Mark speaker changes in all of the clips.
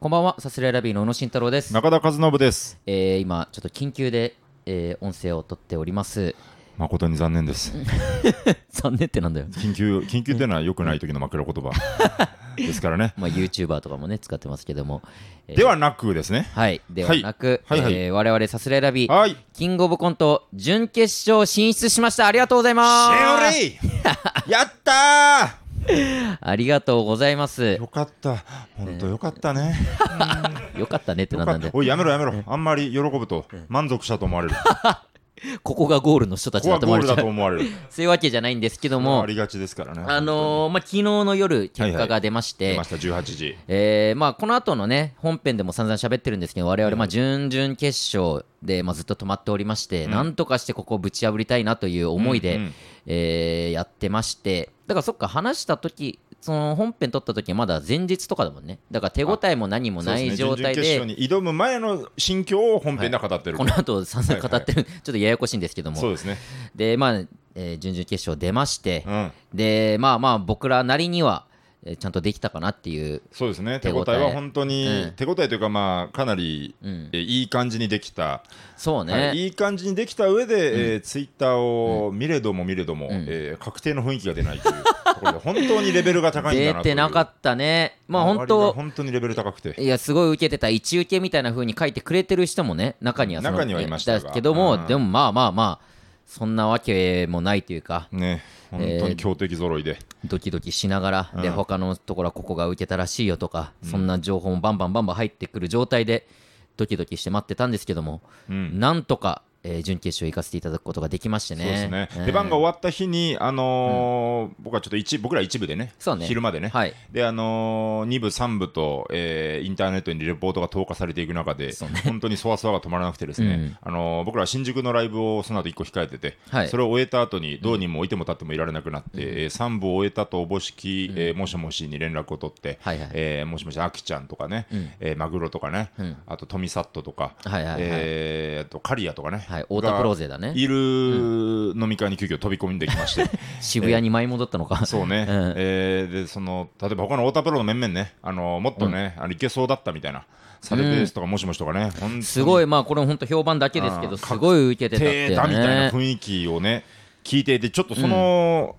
Speaker 1: こんばんは、サスレラビーの宇野慎太郎です。
Speaker 2: 中田和信です
Speaker 1: えー、今、ちょっと緊急で、えー、音声を取っております。
Speaker 2: 誠に残念です
Speaker 1: 残念ってなん だよ。
Speaker 2: 緊急緊急っていうのは良くない時の枕言葉ですからね
Speaker 1: まあ、YouTuber とかもね、使ってますけども。えー
Speaker 2: ではなくですね
Speaker 1: はい、ではなく、
Speaker 2: はいはいはい
Speaker 1: えー我々サスレラビー、
Speaker 2: はい
Speaker 1: キングオブコント、準決勝進出しました。ありがとうございます。
Speaker 2: シェオ リーやった
Speaker 1: ありがとうございます
Speaker 2: ー。よかった本当よかったね
Speaker 1: よかったねって
Speaker 2: よ
Speaker 1: なん
Speaker 2: か
Speaker 1: な
Speaker 2: っ
Speaker 1: ん
Speaker 2: た
Speaker 1: で、
Speaker 2: おいやめろやめろあんまり喜ぶと満足したと 思われる
Speaker 1: こ
Speaker 2: こ
Speaker 1: こがゴールの人たち
Speaker 2: こ
Speaker 1: だ
Speaker 2: は
Speaker 1: と
Speaker 2: ゴ
Speaker 1: 思われ
Speaker 2: ール
Speaker 1: ちゃ
Speaker 2: だ
Speaker 1: う
Speaker 2: と。思われる
Speaker 1: そういうわけじゃないんですけど
Speaker 2: もう
Speaker 1: も
Speaker 2: あ、りがちですからね
Speaker 1: あのーまあ、昨日の夜、結果が出まして、
Speaker 2: 出ました18時
Speaker 1: えーまあ、この後のね本編でも散々喋ってるんですけど我々まあ準々決勝で、まあ、ずっと止まっておりまして、
Speaker 2: ん
Speaker 1: なんとかしてここをぶち破りたいなという思いで、
Speaker 2: うんうん
Speaker 1: えーやってましてだからそっか話した時その本編撮った時はまだ前日とかだもんねだから手応えも何もない
Speaker 2: そう
Speaker 1: 状
Speaker 2: です
Speaker 1: 態
Speaker 2: ね準
Speaker 1: で
Speaker 2: 々決勝に挑む前の心境を本編で語ってる
Speaker 1: この後散々語ってる、 ちょっとややこしいんですけど
Speaker 2: そう
Speaker 1: も
Speaker 2: ですね
Speaker 1: でまあ、えー準々決勝出まして、
Speaker 2: うん
Speaker 1: でまあまあ僕らなりには、えーちゃんとできたかなっていう、
Speaker 2: そうですね
Speaker 1: 手
Speaker 2: 手
Speaker 1: 応え
Speaker 2: 応えは本当に、
Speaker 1: うん
Speaker 2: 手応えというかまあかなり、
Speaker 1: うん、
Speaker 2: えいい感じにできた、
Speaker 1: そうね、
Speaker 2: はい、いい感じにできた上で、えーツイッターを見れども見れども、
Speaker 1: ん
Speaker 2: えー確定の雰囲気が出ないというところ で本当にレベルが高いんだ
Speaker 1: 出
Speaker 2: なとい
Speaker 1: て
Speaker 2: う
Speaker 1: なかったね、まあ
Speaker 2: 周
Speaker 1: 本
Speaker 2: りが
Speaker 1: 当、
Speaker 2: 本当にレベル高くて
Speaker 1: いや、すごい受けてた、一受けみたいな風に書いてくれてる人もね、中にはその
Speaker 2: 中にはいましたが
Speaker 1: けども、
Speaker 2: うん
Speaker 1: でもまあまあまあ、そんなわけもないというか、
Speaker 2: ね本当に強敵揃いで、
Speaker 1: ドキドキしながら、で、
Speaker 2: うん
Speaker 1: 他のところはここが受けたらしいよとか、そんな情報もバンバンバンバン入ってくる状態で、ドキドキして待ってたんですけども、
Speaker 2: うん
Speaker 1: なんとか、えー準決勝行かせていただくことができましてね。
Speaker 2: そうですね、
Speaker 1: うん
Speaker 2: 出番が終わった日に、あのー僕はちょっと一僕ら一部でね
Speaker 1: そうね
Speaker 2: 昼までね、
Speaker 1: はい
Speaker 2: であのー、2部、3部と、えーインターネットにレポートが投下されていく中で、
Speaker 1: そうね
Speaker 2: 本当にそわそわが止まらなくてですね、あのー僕らは新宿のライブをその後1個控えてて、
Speaker 1: はい
Speaker 2: それを終えた後にどうにもいても立ってもいられなくなって、えー3部を終えたとおぼしき、えーもしもしに連絡を取って、
Speaker 1: はいはい
Speaker 2: えーもしもしあきちゃんとかね、えーマグロとかね、あとトミサットとか、
Speaker 1: はいはいはい
Speaker 2: えーあとカリアとかね、
Speaker 1: はい太田プロ勢だね
Speaker 2: がいる飲み会に急遽飛び込んでき まして。
Speaker 1: 渋谷に舞い戻ったのか、
Speaker 2: そう ね、
Speaker 1: うん
Speaker 2: えーでその例えば他の太田プロの面々ね、あのもっとね、あのいけそうだったみたいな、サルベースとかもしもしとかね、本当に
Speaker 1: すごい、まあ、これ、本当、評判だけですけ
Speaker 2: あ
Speaker 1: ど、
Speaker 2: ー
Speaker 1: すごい受けてたって、
Speaker 2: 手
Speaker 1: ね。
Speaker 2: だみたいな雰囲気をね、聞いていて、ちょっとその,、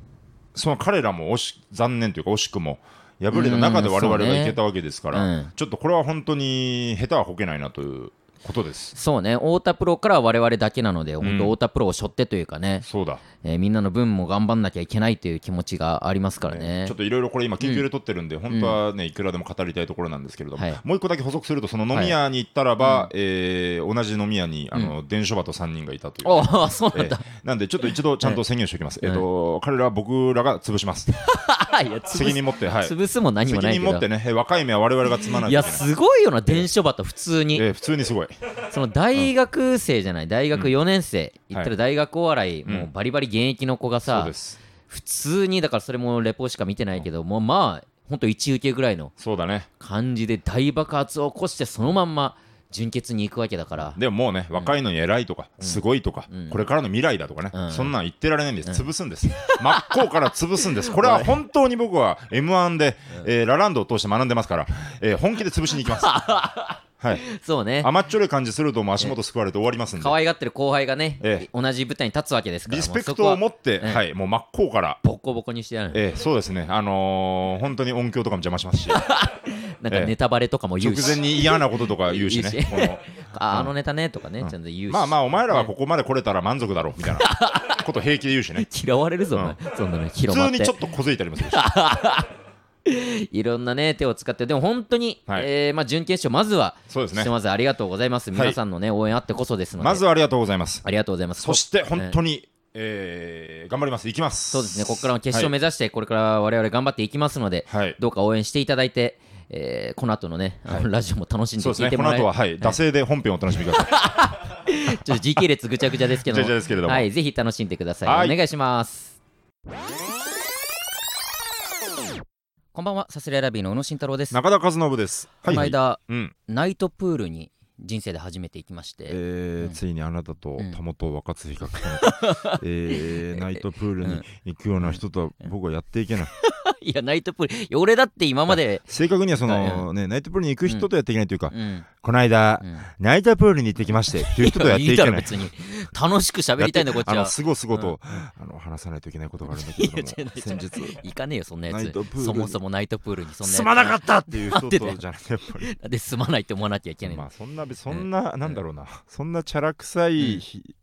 Speaker 2: その彼らも惜し残念というか、惜しくも敗れた中で
Speaker 1: うん
Speaker 2: 我々
Speaker 1: そう
Speaker 2: が
Speaker 1: ね
Speaker 2: いけたわけですから、
Speaker 1: うん
Speaker 2: ちょっとこれは本当に下手はこけないなということです。
Speaker 1: そうね、太田プロからは我々だけなので、本当、
Speaker 2: うん
Speaker 1: 太田プロを背負ってというかね、
Speaker 2: そうだ
Speaker 1: えーみんなの分も頑張んなきゃいけないという気持ちがありますからね。
Speaker 2: ちょっといろいろこれ今緊急で撮ってるんで、本当はねいくらでも語りたいところなんですけれども、
Speaker 1: はい
Speaker 2: もう一個だけ補足するとその飲み屋に行ったらば、えー同じ飲み屋にあの、電書バと三人がいたという。
Speaker 1: ああ、そう
Speaker 2: え
Speaker 1: なん
Speaker 2: ー
Speaker 1: だ。
Speaker 2: なんでちょっと一度ちゃんと宣言しておきます。えっ、と彼らは僕らが潰 します。
Speaker 1: いや、
Speaker 2: 責
Speaker 1: 潰す
Speaker 2: 任持ってはい。
Speaker 1: 潰すも何も
Speaker 2: 責
Speaker 1: ないけ
Speaker 2: 任持
Speaker 1: ど
Speaker 2: って。ね、えー若い目は我々が積まない
Speaker 1: い
Speaker 2: とい
Speaker 1: や、
Speaker 2: けない。
Speaker 1: すごいよな、電書バタ、普通に。
Speaker 2: えー普通にすごい。
Speaker 1: その大学生じゃない、大学4年生、
Speaker 2: ん
Speaker 1: 行ったら大学お笑い、
Speaker 2: ん
Speaker 1: もうバリバリ現役の子が
Speaker 2: そう
Speaker 1: さ
Speaker 2: で、す。
Speaker 1: 普通に、だからそれもレポしか見てないけど、もうまあ、本当、一受けぐらいの
Speaker 2: そうだね。
Speaker 1: 感じで大爆発を起こして、そのまんま準決に行くわけだから。
Speaker 2: でももうね、若いのに偉いとか、すごいとか、これからの未来だとかね、
Speaker 1: うん
Speaker 2: そんなん言ってられないんです、潰すんです、真っ向から潰すんです、これは本当に僕は m 1で、えーラランドを通して学んでますから、えー本気で潰しに行 きます。はい、
Speaker 1: そうね。
Speaker 2: 甘っちょろい感じすると、もう足元すくわれて終わりますんで
Speaker 1: 可、愛がってる後輩がね、
Speaker 2: ええ
Speaker 1: 同じ舞台に立つわけですから
Speaker 2: リスペクトを持
Speaker 1: っ
Speaker 2: って、
Speaker 1: ええ
Speaker 2: はい、もう真っ向から。
Speaker 1: ボコボコにしてやる、
Speaker 2: えーそうですね、あのー本当に音響とかも邪魔しますし、
Speaker 1: なんか
Speaker 2: ええ
Speaker 1: ネタバレとかも言
Speaker 2: 直
Speaker 1: うし、
Speaker 2: 前に嫌なこととか言うし
Speaker 1: 言う
Speaker 2: ね、
Speaker 1: し
Speaker 2: この
Speaker 1: ああのネタねとかね、ちゃんと言うし、
Speaker 2: まあまあ、お前らはここまで来れたら満足だろうみたいなこと平気で言うしね、
Speaker 1: 嫌われるぞ、お前そんなの
Speaker 2: 普
Speaker 1: 広まっ
Speaker 2: 通
Speaker 1: て
Speaker 2: にちょっと小づいたりもするし。
Speaker 1: いろんなね手を使ってでも本当に、
Speaker 2: はい
Speaker 1: えーまあ、準決勝まずは
Speaker 2: そうですね
Speaker 1: ひとまずありがとうございます、
Speaker 2: い
Speaker 1: 皆さんのね応援あってこそですので
Speaker 2: まずはありがとうございます。
Speaker 1: ありがとうございます
Speaker 2: そして本当に、えー頑張ります。行きます。
Speaker 1: そうですね、ここからも決勝目指して、これから我々頑張っていきますので、
Speaker 2: はい
Speaker 1: どうか応援していただいて、えーこの後のね、あのラジオも楽しんで
Speaker 2: そうです
Speaker 1: 聞い
Speaker 2: ね。
Speaker 1: て
Speaker 2: こ
Speaker 1: も
Speaker 2: の
Speaker 1: らえ、
Speaker 2: 後 は、はい、惰性で本編をお楽しみください。
Speaker 1: ちょっと時系列ぐちゃぐちゃですけども、
Speaker 2: ぐちゃぐちゃですけれども
Speaker 1: はい、ぜひ楽しんでください。
Speaker 2: はい
Speaker 1: お願いします。こんばんは、サスレラビーの宇野慎太郎です。
Speaker 2: 中田和信です。
Speaker 1: この間、
Speaker 2: うん。
Speaker 1: ナイトプールに人生で初めて行きまして、
Speaker 2: えー
Speaker 1: うん
Speaker 2: ついにあなたと
Speaker 1: うん
Speaker 2: たもと若槻が、 えーナイトプールに行くような人とは僕はやっていけない、
Speaker 1: いやナイトプールいや俺だって今ま で、
Speaker 2: 正確にはその、ね、ナイトプールに行く人とやっていけないというか、
Speaker 1: うん
Speaker 2: この間、
Speaker 1: うん
Speaker 2: ナイトプールに行ってきましてっていう人とやっていけ
Speaker 1: だ
Speaker 2: ない
Speaker 1: ろ別に楽しく喋りたいんだこっち
Speaker 2: あの
Speaker 1: は
Speaker 2: すごすごと、あの話さないといけないことがあるんだけれども
Speaker 1: いや違う違う
Speaker 2: 先日
Speaker 1: 行かねえよそんなや
Speaker 2: ナイ
Speaker 1: つ
Speaker 2: トプール
Speaker 1: そもそもナイトプールにそんなやつ
Speaker 2: すまなかったっていう人
Speaker 1: なんでだ
Speaker 2: と
Speaker 1: よ
Speaker 2: じゃなくてやっ ぱり
Speaker 1: ですまないって思わなきゃいけない、
Speaker 2: まあそんなべそんな、なんだろうなそんなチャラくさい、ひ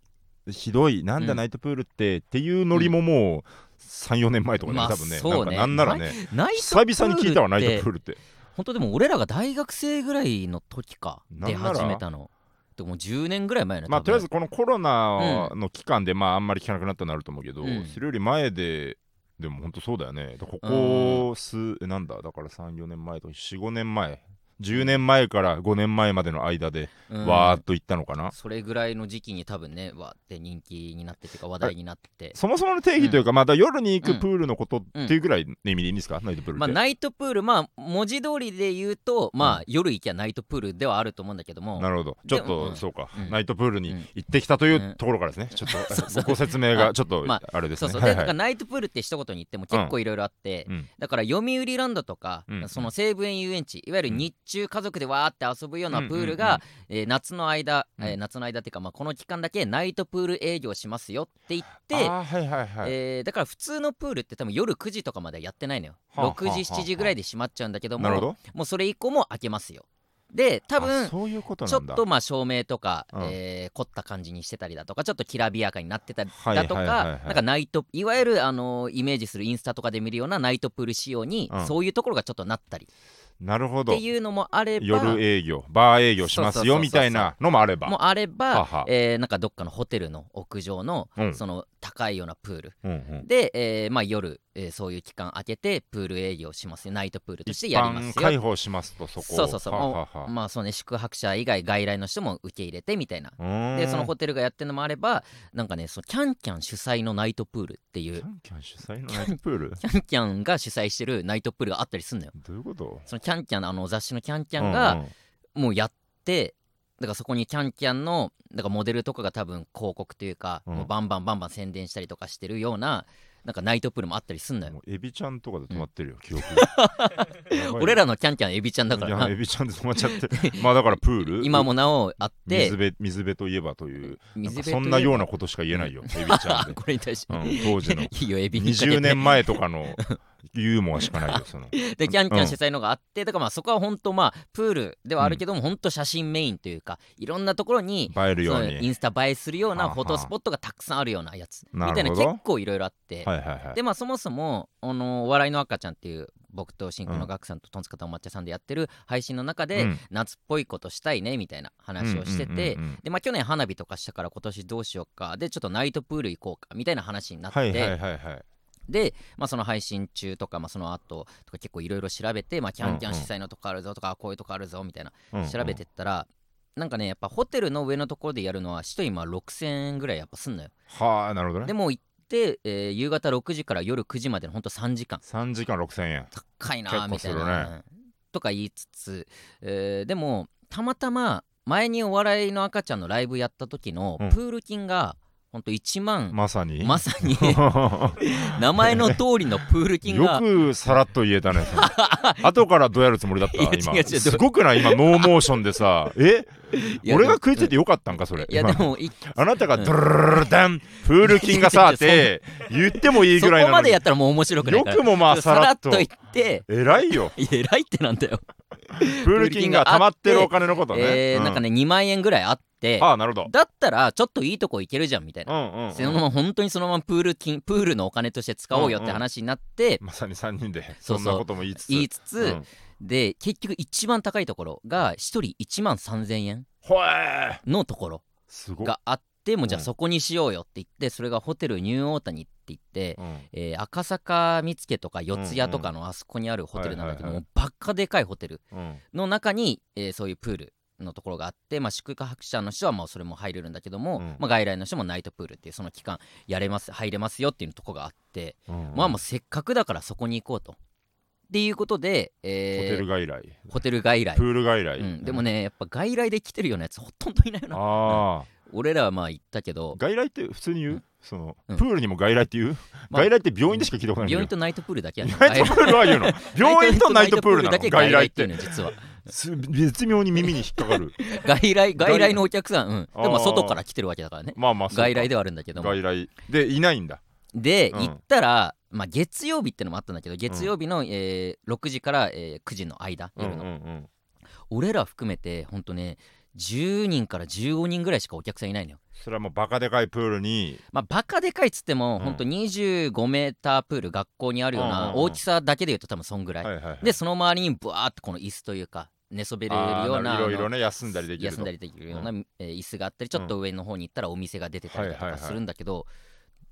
Speaker 2: ひどいなんだ
Speaker 1: うん
Speaker 2: ナイトプールって、っていうノリももう34年前とかね、
Speaker 1: まあ
Speaker 2: 多分ね
Speaker 1: そうね
Speaker 2: なんかなんならね
Speaker 1: ナイトプー
Speaker 2: 久
Speaker 1: ルって
Speaker 2: 々に聞いたわナイトプールって
Speaker 1: 本当でも俺らが大学生ぐらいの時か
Speaker 2: なん
Speaker 1: で
Speaker 2: なら
Speaker 1: 始めたのでもう10年ぐらい前の
Speaker 2: まあとりあえずこのコロナの期間で、まああんまり聞かなくなったのあると思うけど、
Speaker 1: うん
Speaker 2: それより前ででも本当そうだよねだここ数えなんだだから34年前とか45年前10年前から5年前までの間で、わーっといったのかな
Speaker 1: それぐらいの時期に多分ねわーって人気になっててか話題になって
Speaker 2: そもそもの定義というか、また夜に行くプールのことっていうぐらいの意味でいいんですか、ナイトプールって。
Speaker 1: まあナイトプールまあ文字通りで言うとまあ夜行きゃナイトプールではあると思うんだけども
Speaker 2: なるほど、ちょっ
Speaker 1: でも
Speaker 2: と、
Speaker 1: うん
Speaker 2: そうか、
Speaker 1: うん
Speaker 2: ナイトプールに
Speaker 1: うん
Speaker 2: 行ってきたという
Speaker 1: うん
Speaker 2: ところからですね、ちょっ と、
Speaker 1: そうそう
Speaker 2: ご説明
Speaker 1: あ
Speaker 2: がちょっと
Speaker 1: ま
Speaker 2: あれです
Speaker 1: そう
Speaker 2: ね。
Speaker 1: そう
Speaker 2: は
Speaker 1: で
Speaker 2: い
Speaker 1: だから
Speaker 2: はい
Speaker 1: ナイトプールって一言に言っても結構いろいろあって
Speaker 2: うん
Speaker 1: だから読売ランドとか
Speaker 2: うん
Speaker 1: その西武園遊園地いわゆる
Speaker 2: うん
Speaker 1: 日中家族でわーって遊ぶようなプール
Speaker 2: うんうんう
Speaker 1: がえー夏の間えー
Speaker 2: うん
Speaker 1: 夏の間っていうかまあこの期間だけナイトプール営業しますよって言って
Speaker 2: あーはいはいはい
Speaker 1: えーだから普通のプールって多分夜9時とかまでやってないのよ
Speaker 2: はあはあ
Speaker 1: 6時7時ぐらいで閉まっちゃうんだけど
Speaker 2: なるほ
Speaker 1: も
Speaker 2: ど
Speaker 1: もうそれ以降も開けますよで多
Speaker 2: あ
Speaker 1: 分
Speaker 2: そういうこと
Speaker 1: ちょ
Speaker 2: な
Speaker 1: っ
Speaker 2: んだ
Speaker 1: とまあ照明とか、
Speaker 2: うん
Speaker 1: えー凝った感じにしてたりだとかちょっときらびやかになってたり
Speaker 2: はい
Speaker 1: だとか
Speaker 2: はいはいはい
Speaker 1: なんかナイトいわゆる、あのーイメージするインスタとかで見るようなナイトプール仕様に、
Speaker 2: うん
Speaker 1: そういうところがちょっとなったり
Speaker 2: なるほ
Speaker 1: っ
Speaker 2: ど
Speaker 1: ていうのもあれば
Speaker 2: 夜営業バー営業しま
Speaker 1: そうそうそう
Speaker 2: す
Speaker 1: そ
Speaker 2: よ
Speaker 1: う
Speaker 2: みたいなのもあれば
Speaker 1: もあれば
Speaker 2: はは
Speaker 1: えーなんかどっかのホテルの屋上の、
Speaker 2: うん
Speaker 1: その高いようなプール
Speaker 2: うんうん
Speaker 1: で、えーまあ、夜、えーそういう期間空けてプール営業しますよナイトプールとして
Speaker 2: 一
Speaker 1: やります
Speaker 2: 般
Speaker 1: よ
Speaker 2: 開放しますとそこ
Speaker 1: そうそうそう
Speaker 2: はあ
Speaker 1: も
Speaker 2: はあ
Speaker 1: う
Speaker 2: はあ
Speaker 1: まあそうね宿泊者以外外来の人も受け入れてみたいな
Speaker 2: うーん
Speaker 1: でそのホテルがやってるのもあればなんかねそのキャンキャン主催のナイトプールってい
Speaker 2: キ
Speaker 1: う
Speaker 2: ャンキャン主催のナイトプール
Speaker 1: キャンキャンが主催してるナイトプールがあったりすんのよ
Speaker 2: どういうこと
Speaker 1: そのキャンキャンのあの雑誌のキャンキ
Speaker 2: キ
Speaker 1: ャンがもうやってだからそこにキャンキャンのだからモデルとかが多分広告というか、
Speaker 2: うん
Speaker 1: もうバンバンバンバン宣伝したりとかしてるようななんかナイトプールもあったりすんのよ
Speaker 2: もうエビちゃんとかで止まってるよ、記憶
Speaker 1: 俺らのキャンキャンエビちゃんだか
Speaker 2: だからら
Speaker 1: な
Speaker 2: エビちゃんで止まっちゃってまあだからプー ル
Speaker 1: 今もなおあっ
Speaker 2: 水
Speaker 1: て
Speaker 2: 辺水辺といえばというなん
Speaker 1: 水
Speaker 2: か
Speaker 1: 辺
Speaker 2: そんなよう
Speaker 1: な
Speaker 2: なことしか言えな いよ、エビちゃんで、
Speaker 1: これに対して、
Speaker 2: うん、当時の
Speaker 1: いいよエビにかけて
Speaker 2: 20年前とかのユーモアしかないよそ の
Speaker 1: でキャンキャ
Speaker 2: う
Speaker 1: ン
Speaker 2: ん
Speaker 1: 主催のがあって、だからまあそこは本当まあプールではあるけども、本当写真メインというかいろんなところに
Speaker 2: 映えるよう
Speaker 1: そのイ
Speaker 2: に
Speaker 1: ンスタ映えするよう
Speaker 2: は
Speaker 1: な
Speaker 2: あはあ
Speaker 1: フォトスポットがたくさんあるようなやつみ
Speaker 2: なるほ
Speaker 1: た
Speaker 2: ど
Speaker 1: いな結構いろいろあって、
Speaker 2: はいはいはい
Speaker 1: でまあそもそもあのお笑いの赤ちゃんっていう僕とシンク
Speaker 2: う
Speaker 1: の
Speaker 2: ん
Speaker 1: ガクさんとトンツカタお抹茶さんでやってる配信の中で、
Speaker 2: うん
Speaker 1: 夏っぽいことしたいねみたいな話をしてて、
Speaker 2: うんうんうんうん
Speaker 1: でまあ、去年花火とかしたから今年どうしようかでちょっとナイトプール行こうかみたいな話になって、
Speaker 2: はいはいはいはい
Speaker 1: で、まあ、その配信中とか、まあ、その後とか結構いろいろ調べて、まあ、キャンキャン
Speaker 2: うんう
Speaker 1: 主
Speaker 2: ん
Speaker 1: 催のとこあるぞとか、あこういうとこあるぞみたいな
Speaker 2: うんうん
Speaker 1: 調べてったら、なんかねやっぱホテルの上のところでやるのは一人今6000円ぐらいやっぱすんのよ
Speaker 2: はあなるほど
Speaker 1: で
Speaker 2: ね
Speaker 1: も行って、えー夕方6時から夜9時までのほんと3時間
Speaker 2: 3時間6000円
Speaker 1: 高いなーみ
Speaker 2: 結
Speaker 1: たい
Speaker 2: 構するね
Speaker 1: な、うんとか言いつつ、えーでもたまたま前にお笑いの赤ちゃんのライブやった時の
Speaker 2: うん
Speaker 1: プール金がほんと1万、
Speaker 2: まさに
Speaker 1: まさに 名前の通りのプール金が
Speaker 2: よくさらっと言えたね。その後からどうやるつもりだった
Speaker 1: いや
Speaker 2: 今
Speaker 1: 違う違う
Speaker 2: すごくない今ノーモーションでさ。え
Speaker 1: いや
Speaker 2: 俺が食いついてよかったんかそれ。
Speaker 1: いや
Speaker 2: 今
Speaker 1: でもい
Speaker 2: あなたがドルルルダンプール金がさって言ってもいい
Speaker 1: そ
Speaker 2: ぐ
Speaker 1: こ
Speaker 2: らいなの
Speaker 1: まで
Speaker 2: に
Speaker 1: やったらもう面白くない
Speaker 2: よ
Speaker 1: から
Speaker 2: くもまあさらっと
Speaker 1: 言って
Speaker 2: 偉いよ
Speaker 1: いや偉いってなんだよ、
Speaker 2: プール金が溜まってるお金のことね
Speaker 1: えー
Speaker 2: う
Speaker 1: なんかね2万円ぐらいあって
Speaker 2: ああなるほど
Speaker 1: だったらちょっといいとこ行けるじゃんみたいな、
Speaker 2: うんうんうん
Speaker 1: そのまま本当にそのままプール金プールのお金として使おうよって話になって、
Speaker 2: まさに3人で
Speaker 1: そうそう
Speaker 2: そんなことも言いつつ
Speaker 1: 言いつつ、
Speaker 2: うん
Speaker 1: で結局一番高いところが1人1万3000円
Speaker 2: ほえ
Speaker 1: のところ
Speaker 2: すごい
Speaker 1: があってもうじゃあ
Speaker 2: うん
Speaker 1: そこにしようよって言ってそれがホテルニューオータニって言って、
Speaker 2: うん
Speaker 1: えー赤坂見附とか四谷とかのあそこにあるホテルなんだけどもバカでかいホテル
Speaker 2: うん
Speaker 1: の中に、えーそういうプールのところがあって、まあ、宿泊者の人はまあそれも入れるんだけども、
Speaker 2: うん
Speaker 1: まあ、外来の人もナイトプールっていうその期間やれます入れますよっていうところがあって、
Speaker 2: うん
Speaker 1: まあもうせっかくだからそこに行こうとっていうことで、えー
Speaker 2: ホテル外来、
Speaker 1: ホテル外来
Speaker 2: プ、ール外来、
Speaker 1: うん、でもねやっぱ外来で来てるようなやつほとんどいないよな
Speaker 2: ああ
Speaker 1: 俺らはまあ行ったけど
Speaker 2: 外来って普通に言う、その
Speaker 1: うん
Speaker 2: プールにも外来って言う、
Speaker 1: まあ
Speaker 2: 外来って病院でしか聞いたことないんだ
Speaker 1: 病院
Speaker 2: け
Speaker 1: と
Speaker 2: ど
Speaker 1: ナイトプールだけやね
Speaker 2: ナイトプールは言うの 病 院とナイトプールなの
Speaker 1: だけ
Speaker 2: 外
Speaker 1: 外来
Speaker 2: 来っ
Speaker 1: っていう
Speaker 2: て
Speaker 1: のよ実は
Speaker 2: す絶妙に耳に引っか かる
Speaker 1: 外来外来のお客さん、うん、でもまあ
Speaker 2: あー
Speaker 1: 外から来てるわけだからね
Speaker 2: まあまあそうか
Speaker 1: 外来ではあるんだけども
Speaker 2: 外来でいないんだ
Speaker 1: で、
Speaker 2: うん
Speaker 1: 行ったら、まあ、月曜日ってのもあったんだけど月曜日の、えー6時から、えー9時の間
Speaker 2: うんう
Speaker 1: 夜
Speaker 2: ん
Speaker 1: の、
Speaker 2: うん
Speaker 1: 俺ら含めてほんとね10人から15人ぐらいしかお客さんいないのよ。
Speaker 2: それはもうバカでかいプールに
Speaker 1: まあバカでかいっつっても、
Speaker 2: うん
Speaker 1: ほんと25メータープール学校にあるよう
Speaker 2: うんう
Speaker 1: なん
Speaker 2: うん
Speaker 1: 大きさだけで言うと多分そんぐらい、
Speaker 2: はいはいはい
Speaker 1: でその周りにブワーってこの椅子というか寝そべれる
Speaker 2: あー
Speaker 1: よう
Speaker 2: な
Speaker 1: な
Speaker 2: るほどいろい
Speaker 1: あ
Speaker 2: ろ
Speaker 1: の
Speaker 2: ね休んだりできると
Speaker 1: 休んだりできるような、えー椅子があったりちょっと上の方に行ったらお店が出てたりだとか
Speaker 2: はいはいはい
Speaker 1: するんだけど、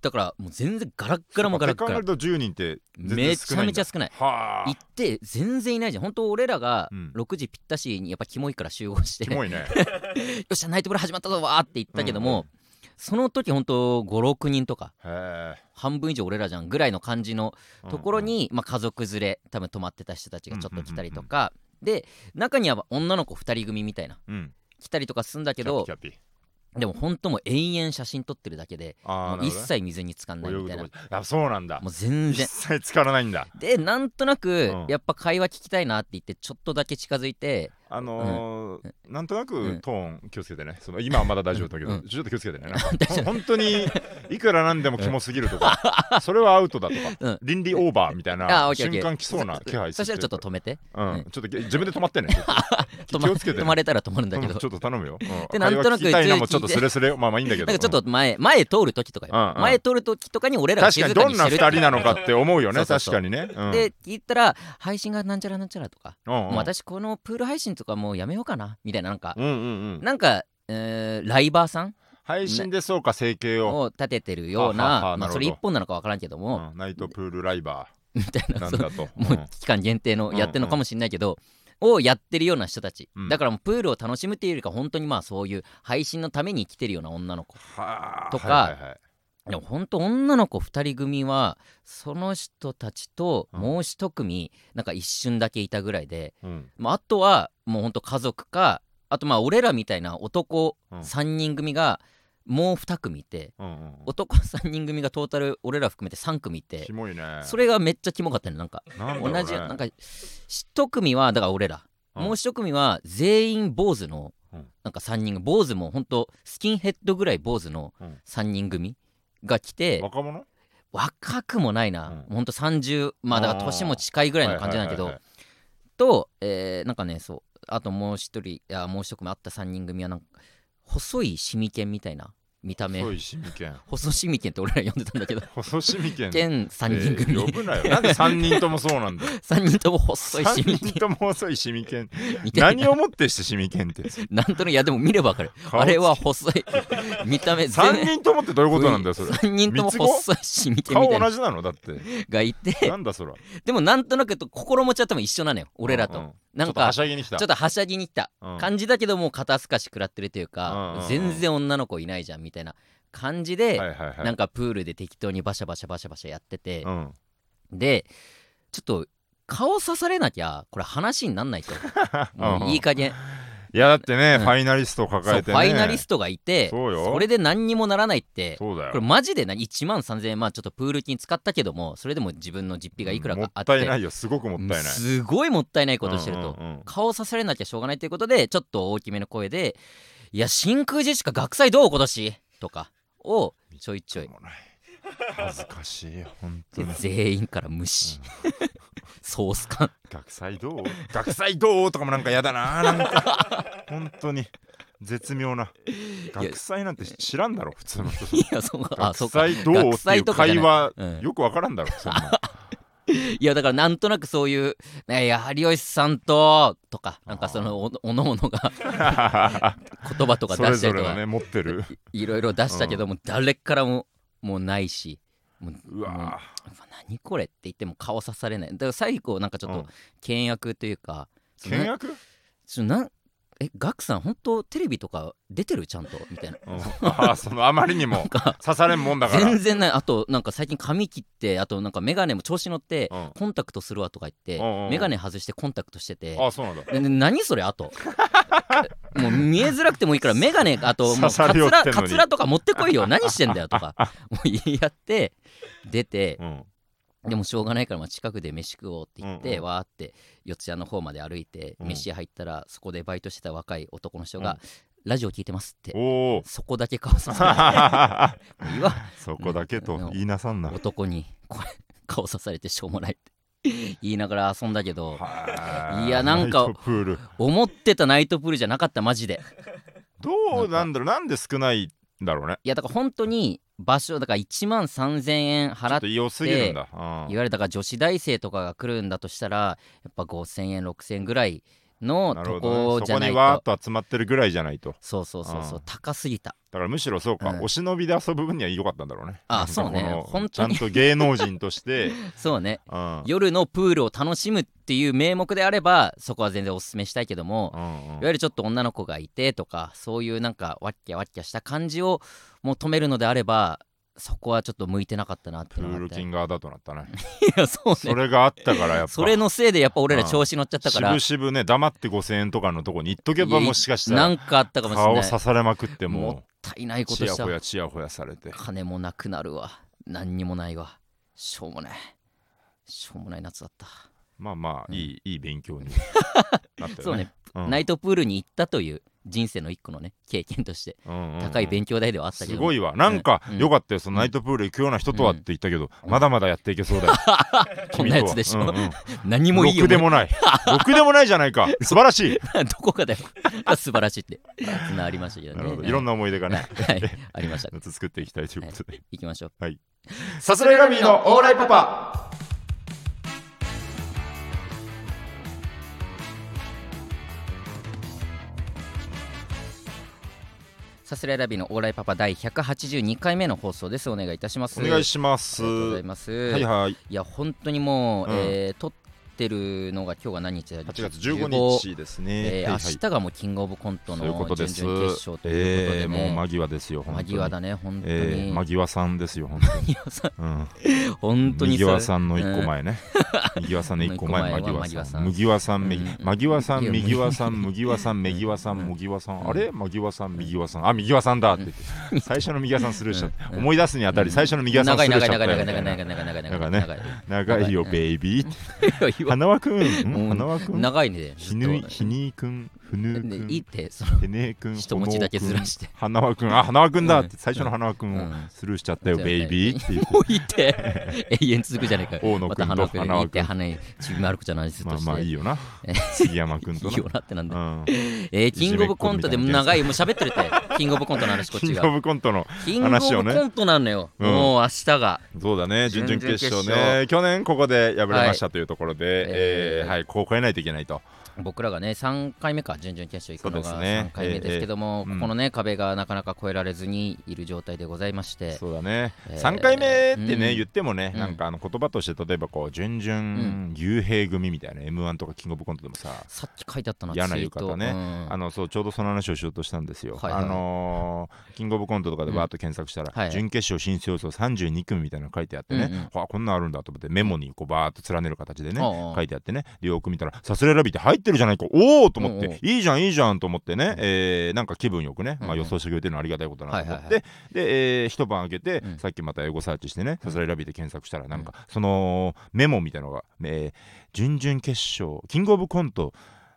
Speaker 1: だからもう全然ガラッガラもガラッガ
Speaker 2: そうか
Speaker 1: ラ
Speaker 2: って考えると10人って全然
Speaker 1: めち
Speaker 2: 少
Speaker 1: ゃ
Speaker 2: ない
Speaker 1: め
Speaker 2: ん
Speaker 1: ちゃ
Speaker 2: だ
Speaker 1: 少ない
Speaker 2: は
Speaker 1: 行
Speaker 2: あ
Speaker 1: って全然いないじゃん本当俺らが
Speaker 2: うん
Speaker 1: 6時ぴったしにやっぱキモいから集合して、
Speaker 2: キ
Speaker 1: よ
Speaker 2: モ いね
Speaker 1: っしゃナイトプール始まったぞわーって言ったけども、
Speaker 2: うんう
Speaker 1: その時本当56人とか
Speaker 2: へ
Speaker 1: 半分以上俺らじゃんぐらいの感じの
Speaker 2: え
Speaker 1: ところに、まあ、家族連れ多分泊まってた人たちがちょっと来たりとか、で中には女の子2人組みたいな
Speaker 2: うんうんうん
Speaker 1: 来たりとかするんだけ
Speaker 2: キャピ
Speaker 1: ど
Speaker 2: キャピ
Speaker 1: でも本当もう延々写真撮ってるだけで
Speaker 2: あ
Speaker 1: もう
Speaker 2: ーなる
Speaker 1: 一
Speaker 2: ほどね
Speaker 1: 切水につかんない
Speaker 2: 泳
Speaker 1: み
Speaker 2: ぐ
Speaker 1: たい
Speaker 2: と
Speaker 1: な
Speaker 2: こあそうなんだ
Speaker 1: もう全然
Speaker 2: 一切使わないんだ
Speaker 1: でなんとなく
Speaker 2: うん
Speaker 1: やっぱ会話聞きたいなって言ってちょっとだけ近づいて
Speaker 2: あのーなんとな
Speaker 1: うん
Speaker 2: くトーン気をつけてねその今はまだ大丈夫だけど、
Speaker 1: うん
Speaker 2: ちょっと気をつけてね なんかほん本当にいくらなんでもキモすぎるとか、それはアウトだとか、
Speaker 1: うん
Speaker 2: 倫理オーバーみたい
Speaker 1: あ
Speaker 2: な
Speaker 1: オッケーオッケ
Speaker 2: 瞬
Speaker 1: ー
Speaker 2: 間来そうな気配
Speaker 1: そしたらちょっと止めて
Speaker 2: うん
Speaker 1: うん
Speaker 2: ちょっとげ自分で止まってね ちょっと
Speaker 1: 止
Speaker 2: 気
Speaker 1: ま
Speaker 2: をつけて、ね、
Speaker 1: 止まれたら止まるんだけど
Speaker 2: うんちょっと頼むよ、うん
Speaker 1: でなんとなく
Speaker 2: 会話聞きたいな
Speaker 1: 11
Speaker 2: もうちょっとスレスレまあまあいいんだけど
Speaker 1: なんかちょっと前前通る時とかよ
Speaker 2: うんうん
Speaker 1: 前通る時とかに俺
Speaker 2: うん
Speaker 1: らが
Speaker 2: 確
Speaker 1: 静
Speaker 2: かに
Speaker 1: か
Speaker 2: ど
Speaker 1: に
Speaker 2: ん
Speaker 1: して
Speaker 2: な
Speaker 1: る
Speaker 2: 2人なのかって思うよね
Speaker 1: そうそうそう
Speaker 2: 確かにね、うん、
Speaker 1: で聞いたら配信がなんちゃらなんちゃらとか
Speaker 2: うん
Speaker 1: も
Speaker 2: う、
Speaker 1: うん私このプール配信とかもうやめようかなみたいななんか
Speaker 2: うんうんうん
Speaker 1: なんかえーライバーさん
Speaker 2: 配信でそうか整形を、
Speaker 1: を立ててるよう
Speaker 2: はは
Speaker 1: な
Speaker 2: は
Speaker 1: ま
Speaker 2: な
Speaker 1: あ
Speaker 2: るほど
Speaker 1: それ一本なのかわからんけど
Speaker 2: う
Speaker 1: も
Speaker 2: んナイトプールライバ
Speaker 1: みたい
Speaker 2: ーな
Speaker 1: なんそう
Speaker 2: だと、
Speaker 1: も
Speaker 2: う
Speaker 1: うん期間限定のやってるのかもしれないけど、をやってるような人たち、
Speaker 2: うん
Speaker 1: だからもうプールを楽しむっていうよりか本当にまあそういう配信のために来てるような女の子
Speaker 2: はあ
Speaker 1: とか
Speaker 2: はいはいはい
Speaker 1: でも本当女の子2人組はその人たちともう一組なんか一瞬だけいたぐらいで、
Speaker 2: うん
Speaker 1: まあ、あとはもう本当家族かあとまあ俺らみたいな男
Speaker 2: うん
Speaker 1: 3人組がもう2組いて
Speaker 2: うんうんうん
Speaker 1: 男3人組がトータル俺ら含めて3組いて
Speaker 2: キモいね。
Speaker 1: それがめっちゃキモかったねなんか
Speaker 2: なんだろうね
Speaker 1: 同じなんか一組はだから俺ら、
Speaker 2: うん
Speaker 1: もう一組は全員坊主の
Speaker 2: うん
Speaker 1: なんか3人坊主もほんとスキンヘッドぐらい坊主の
Speaker 2: うん
Speaker 1: 3人組が来て、
Speaker 2: 若者
Speaker 1: 若くもないな、
Speaker 2: う
Speaker 1: ほんと30まあだから年も近いぐ
Speaker 2: ぐ
Speaker 1: らいの感じなんだけど、と、えーなんかねそうあともう一人いやもう一組あった3人組はなんか細いシミ犬みたいな見た目
Speaker 2: 細いシミケン。
Speaker 1: 細シミ犬って俺ら呼んでたんだ けど
Speaker 2: 細シ ミケン。
Speaker 1: 県3人組、
Speaker 2: えー呼ぶなよ。なんで3人ともそうなんだよ。
Speaker 1: 3人とも 細いシ
Speaker 2: 3
Speaker 1: ミ
Speaker 2: 人
Speaker 1: 犬
Speaker 2: とも細いシミケン。
Speaker 1: みた いな
Speaker 2: 何をもってしてシミケンって。
Speaker 1: なんとなくいやでも見ればわかる
Speaker 2: 顔
Speaker 1: あれは細い見た目全
Speaker 2: 3
Speaker 1: 然
Speaker 2: 人ともってどういうことなんだよ、それ。
Speaker 1: 3人とも
Speaker 2: 三つ子
Speaker 1: 細いしみてみ
Speaker 2: 顔
Speaker 1: たいな
Speaker 2: 同
Speaker 1: の
Speaker 2: じなの だって。
Speaker 1: がいて
Speaker 2: なんだそら。
Speaker 1: でもなんとなくと心持ちは多分一緒なのよ俺ら
Speaker 2: う
Speaker 1: と
Speaker 2: ん
Speaker 1: な
Speaker 2: ち
Speaker 1: ん
Speaker 2: ょっとは
Speaker 1: か
Speaker 2: し
Speaker 1: ちょ
Speaker 2: ゃぎに来た。
Speaker 1: っとはしゃぎに来た
Speaker 2: うん
Speaker 1: 感じだけどもう肩透かし食らってるという
Speaker 2: うんうん
Speaker 1: か
Speaker 2: うん
Speaker 1: 全然女の子いないじゃんみたいな感じ
Speaker 2: は
Speaker 1: で
Speaker 2: いはいはい。
Speaker 1: なんかプールで適当にバシャバシャバシャバシャやってて
Speaker 2: うん
Speaker 1: でちょっと顔刺されなきゃこれ話になんないと
Speaker 2: うん
Speaker 1: もういい加減
Speaker 2: いやだってね、
Speaker 1: うん
Speaker 2: ファイナリストを
Speaker 1: そう
Speaker 2: 抱え
Speaker 1: フ
Speaker 2: てね。
Speaker 1: ァイナリストがいて
Speaker 2: そうよ
Speaker 1: それで何にもならないって
Speaker 2: そうだよ。
Speaker 1: これマジで何1万3000円まあちょっとプール金使ったけどもそれでも自分の実費がいくら
Speaker 2: も
Speaker 1: か
Speaker 2: っ
Speaker 1: あって、
Speaker 2: たいないよ、すごくもったいない。
Speaker 1: すごいもったいないことしてると、
Speaker 2: うんうんうん
Speaker 1: 顔させられなきゃしょうがないということでちょっと大きめの声で「いや真空ジェシカ学祭どう今年?」とかをちょいちょい
Speaker 2: もうね恥ずかしいよ、本当
Speaker 1: で
Speaker 2: に。
Speaker 1: 全員から無視ソース感
Speaker 2: 学祭どう学祭どうとかもなんかやだななんか本当に絶妙な学祭なんて知らんだろ普通の 人
Speaker 1: いやそうかあそう
Speaker 2: 学
Speaker 1: か
Speaker 2: 祭どう
Speaker 1: 学
Speaker 2: ってい
Speaker 1: 祭
Speaker 2: う
Speaker 1: とかじゃな
Speaker 2: 会
Speaker 1: い
Speaker 2: 話
Speaker 1: うん
Speaker 2: よくわからんだろ そんない
Speaker 1: やだからなんとなくそういう「ねいや有吉さんと」とかなんかそのおおのおのが言葉とか
Speaker 2: そ
Speaker 1: 出
Speaker 2: れ
Speaker 1: した
Speaker 2: ぞ
Speaker 1: り
Speaker 2: れ
Speaker 1: と
Speaker 2: の
Speaker 1: か
Speaker 2: ね持ってる
Speaker 1: いろいろ出したけども、誰からももうないしもう
Speaker 2: う
Speaker 1: もう
Speaker 2: わ
Speaker 1: 何これって言っても顔刺されないだから最後なんかちょっ
Speaker 2: う
Speaker 1: と
Speaker 2: ん
Speaker 1: 倹約というか、その
Speaker 2: 倹約
Speaker 1: ちょっとなんえガクさん本当テレビとか出てるちゃんとみたいな
Speaker 2: うんああそのあまりにも
Speaker 1: か
Speaker 2: 刺されんもんだから
Speaker 1: 全然ないあとなんか最近髪切ってあとなんか眼鏡も調子乗って、
Speaker 2: うん
Speaker 1: コンタクトするわとか言って、
Speaker 2: うんうんうん
Speaker 1: 眼鏡外してコンタクトしてて
Speaker 2: ああそうなんだ
Speaker 1: でで何それあ ともう見えづらくてもいいから眼鏡あともう
Speaker 2: 刺さ
Speaker 1: カ
Speaker 2: れ
Speaker 1: ツ
Speaker 2: よう
Speaker 1: ラ
Speaker 2: ってんのに
Speaker 1: カツラとか持ってこいよ何してんだよとかもう言い合って出て
Speaker 2: うん
Speaker 1: でもしょうがないからまあ近くで飯食おうって言って、
Speaker 2: うんうん
Speaker 1: わーって四谷の方まで歩いて
Speaker 2: うん
Speaker 1: 飯屋入ったらそこでバイトしてた若い男の人
Speaker 2: うん
Speaker 1: が「ラジオ聞いてます」って
Speaker 2: おお
Speaker 1: そこだけ顔させられてもう いいわ
Speaker 2: そこだけと言いなさんな
Speaker 1: 男にこれ顔刺されてしょうもないって言いながら遊んだけど
Speaker 2: はい
Speaker 1: やなんか
Speaker 2: ナイトプール
Speaker 1: 思ってたナイトプールじゃなかったマジで
Speaker 2: どうなんだろうなんで少ないんだろうね
Speaker 1: いやだから本当に場所だから1万3000円
Speaker 2: ちょ
Speaker 1: 払
Speaker 2: っ
Speaker 1: っ
Speaker 2: と
Speaker 1: て
Speaker 2: 良すぎるんだ
Speaker 1: いわゆるだから女子大生とかが来るんだとしたらやっぱ5000円6000円ぐらいの
Speaker 2: な
Speaker 1: と
Speaker 2: るほど
Speaker 1: こじ
Speaker 2: ね
Speaker 1: ゃ
Speaker 2: そこ
Speaker 1: な
Speaker 2: に
Speaker 1: い
Speaker 2: わーっ
Speaker 1: と
Speaker 2: と集まってるぐらいじゃないと
Speaker 1: そうそうそうそう
Speaker 2: うん
Speaker 1: 高すぎた
Speaker 2: だからむしろそうか、
Speaker 1: うん
Speaker 2: お忍びで遊ぶ分には良かったんだろうね
Speaker 1: あ
Speaker 2: なんか
Speaker 1: そうね
Speaker 2: この
Speaker 1: 本当に
Speaker 2: ちゃんと芸能人として、
Speaker 1: そうね
Speaker 2: うん
Speaker 1: 夜のプールを楽しむっていう名目であればそこは全然おすすめしたいけども
Speaker 2: う
Speaker 1: い
Speaker 2: んうん
Speaker 1: わゆるちょっと女の子がいてとかそういうなんかワッキャワッキャした感じを求めるのであればそこはちょっと向いてなかったなっていう
Speaker 2: プ
Speaker 1: のがあ
Speaker 2: ー
Speaker 1: っ
Speaker 2: ル
Speaker 1: て
Speaker 2: キ
Speaker 1: い
Speaker 2: ンガーだとなったね
Speaker 1: やそう
Speaker 2: そ
Speaker 1: ね
Speaker 2: れがあったからやっぱ
Speaker 1: それのせいでやっぱ俺ら調子乗っちゃったから
Speaker 2: しぶしぶね黙って5000円とかのとこに行っとけばもしかした
Speaker 1: な
Speaker 2: ら
Speaker 1: んかあったかもしれ
Speaker 2: 顔
Speaker 1: ない
Speaker 2: 刺されまくって
Speaker 1: もっ
Speaker 2: も
Speaker 1: たいないうこ
Speaker 2: ち
Speaker 1: と
Speaker 2: や
Speaker 1: した
Speaker 2: ほやちやほやされて
Speaker 1: 金もなくなるわ何にもないわしょうもないしょうもない夏だった、
Speaker 2: まあまあ
Speaker 1: うん
Speaker 2: いい、いい勉強に なったよ
Speaker 1: そうね、
Speaker 2: うん
Speaker 1: ナイトプールに行ったという人生の一個のね経験として
Speaker 2: うんうんうん
Speaker 1: 高い勉強代ではあったけ
Speaker 2: す
Speaker 1: ど、
Speaker 2: ごいわなんか
Speaker 1: うん
Speaker 2: よかったよそのナイトプール行くような人とはって言ったけど、
Speaker 1: うん
Speaker 2: まだまだやっていけそうだよ
Speaker 1: こんなやつでしょ、
Speaker 2: 君とはうんうん
Speaker 1: 何もいいよ
Speaker 2: ろくでもないろくでもないじゃない か素晴らしい
Speaker 1: どこかで 素晴らしいってそんなありましたけどね
Speaker 2: なるほどいろん
Speaker 1: な
Speaker 2: な思い出がね
Speaker 1: はい、ありました
Speaker 2: 夏作っていきたいということで
Speaker 1: 行きましょう
Speaker 2: さすらいラビーのオーライパパ
Speaker 1: さすらいラビのオーライパパ第182回目の放送ですお願いいたします
Speaker 2: お願いします
Speaker 1: ありがとうござい
Speaker 2: は
Speaker 1: ます、
Speaker 2: いはい
Speaker 1: いや本当にもう、
Speaker 2: うん
Speaker 1: えー撮ってるのが今日が何日だ
Speaker 2: 8月15日ですね、
Speaker 1: えー
Speaker 2: はいはい
Speaker 1: 明日がもうキングオブコントの
Speaker 2: そういうことです
Speaker 1: 準々決勝ということ
Speaker 2: え
Speaker 1: で
Speaker 2: ーもう
Speaker 1: ね、
Speaker 2: 間際ですよ本当
Speaker 1: 間
Speaker 2: に
Speaker 1: 際だね本当に、
Speaker 2: えー間際さんですよ本当にうん
Speaker 1: 本当に
Speaker 2: 麦
Speaker 1: さ
Speaker 2: わさんの一個前ね。麦わさんの一個前、
Speaker 1: もう一個前は
Speaker 2: 麦わさん。
Speaker 1: 麦
Speaker 2: 麦わさん、
Speaker 1: ん
Speaker 2: 麦
Speaker 1: うん
Speaker 2: わさん、
Speaker 1: いや
Speaker 2: 麦わさん、麦わさん、麦わさん、麦わさん。あれ麦わさん、麦わさん。あ、麦わさんだって言って。最初の麦わさんスルーしちゃった。
Speaker 1: うん
Speaker 2: 思い出すにあたり、最初の
Speaker 1: うん
Speaker 2: 麦わさん
Speaker 1: 長
Speaker 2: ス
Speaker 1: い
Speaker 2: ルーし
Speaker 1: 長
Speaker 2: ち
Speaker 1: い
Speaker 2: ゃった
Speaker 1: 長い
Speaker 2: よ
Speaker 1: 長い
Speaker 2: みた
Speaker 1: 長い長い長い長い長い長い長い長いいや言わ
Speaker 2: いな。なんかね長いよ、ベイビー。花輪くん
Speaker 1: も
Speaker 2: ん。
Speaker 1: う
Speaker 2: 花輪くん。
Speaker 1: 長いね
Speaker 2: ひぬい、
Speaker 1: ち
Speaker 2: ひにーくん。ふ
Speaker 1: ょ
Speaker 2: ぬ
Speaker 1: っ
Speaker 2: ー
Speaker 1: と
Speaker 2: く
Speaker 1: で
Speaker 2: ん。
Speaker 1: いいってその
Speaker 2: てねーくん。
Speaker 1: 一文字だけずらして
Speaker 2: ほのーくん。花輪くん。あ、花輪くんだっ
Speaker 1: う
Speaker 2: て。
Speaker 1: ん
Speaker 2: 最初の花輪くん
Speaker 1: う
Speaker 2: を
Speaker 1: ん
Speaker 2: スルーしちゃったよ、
Speaker 1: うん
Speaker 2: ベイビーって言って。
Speaker 1: もういいって永遠続くじゃないか
Speaker 2: 大野
Speaker 1: ま
Speaker 2: く
Speaker 1: た
Speaker 2: ん
Speaker 1: 花
Speaker 2: と
Speaker 1: くん
Speaker 2: 花
Speaker 1: いいっ
Speaker 2: 輪く
Speaker 1: て
Speaker 2: ん。
Speaker 1: 花にちびまる子ちゃんの話ずっ
Speaker 2: ま
Speaker 1: と
Speaker 2: あ
Speaker 1: して、
Speaker 2: まあいいよな
Speaker 1: え。
Speaker 2: 杉山君と
Speaker 1: い
Speaker 2: ない
Speaker 1: よなってなん
Speaker 2: う
Speaker 1: だ、
Speaker 2: ん。
Speaker 1: えーキングオブコントでもう長いもう喋ってるってキングオブコントの話こっ
Speaker 2: キ
Speaker 1: ち
Speaker 2: ングオ
Speaker 1: が
Speaker 2: ブコントの
Speaker 1: キングオブ
Speaker 2: 話
Speaker 1: コ
Speaker 2: をね
Speaker 1: ントなのよ、
Speaker 2: うん
Speaker 1: もう明日が
Speaker 2: そうだね準々決勝
Speaker 1: 準々決
Speaker 2: ね去年ここで敗れましたというところで、
Speaker 1: え
Speaker 2: え
Speaker 1: ー
Speaker 2: ーはい、こう変えないといけないと
Speaker 1: 僕らがね3回目か準々決勝行くの
Speaker 2: そ
Speaker 1: が
Speaker 2: うですね
Speaker 1: 3回目ですけども、
Speaker 2: ええええ
Speaker 1: ここのね、壁がなかなか越えられずにいる状態でございまして
Speaker 2: そうだね、
Speaker 1: えー
Speaker 2: 3回目ってね、
Speaker 1: うん
Speaker 2: 言ってもね、
Speaker 1: うん
Speaker 2: なんかあの言葉として例えばこう準々、幽閉組みたいな m 1とかキングオブコントでもさ、
Speaker 1: さっき書いてあったな
Speaker 2: 嫌な
Speaker 1: ツイート
Speaker 2: 浴衣
Speaker 1: うん
Speaker 2: あのそうちょうどその話をしようとしたんですよ、
Speaker 1: はいはい
Speaker 2: あのーキングオブコントとかでバーッと検索したら、
Speaker 1: うんはい
Speaker 2: 準決勝進出予想32組みたいなの書いてあってね、
Speaker 1: うんうん
Speaker 2: わあこんなんあるんだと思ってメモにこうバーッと連ねる形でね、
Speaker 1: ああ
Speaker 2: 書いてあってねでよく見たら「さすらいラビ」って入ってるじゃないかおおと思って、
Speaker 1: うんうん
Speaker 2: いいじゃんいいじゃんと思ってね、えーなんか気分よくね、
Speaker 1: うんうん
Speaker 2: まあ、予想してくれてるのありがたいことだなと思って、
Speaker 1: はいはい
Speaker 2: で、えー一晩明けて、
Speaker 1: うん
Speaker 2: さっきまた英語サーチしてね「さすらいラビ」で検索したらなんか、そのメモみたいなのが、えー準々決勝キングオブコント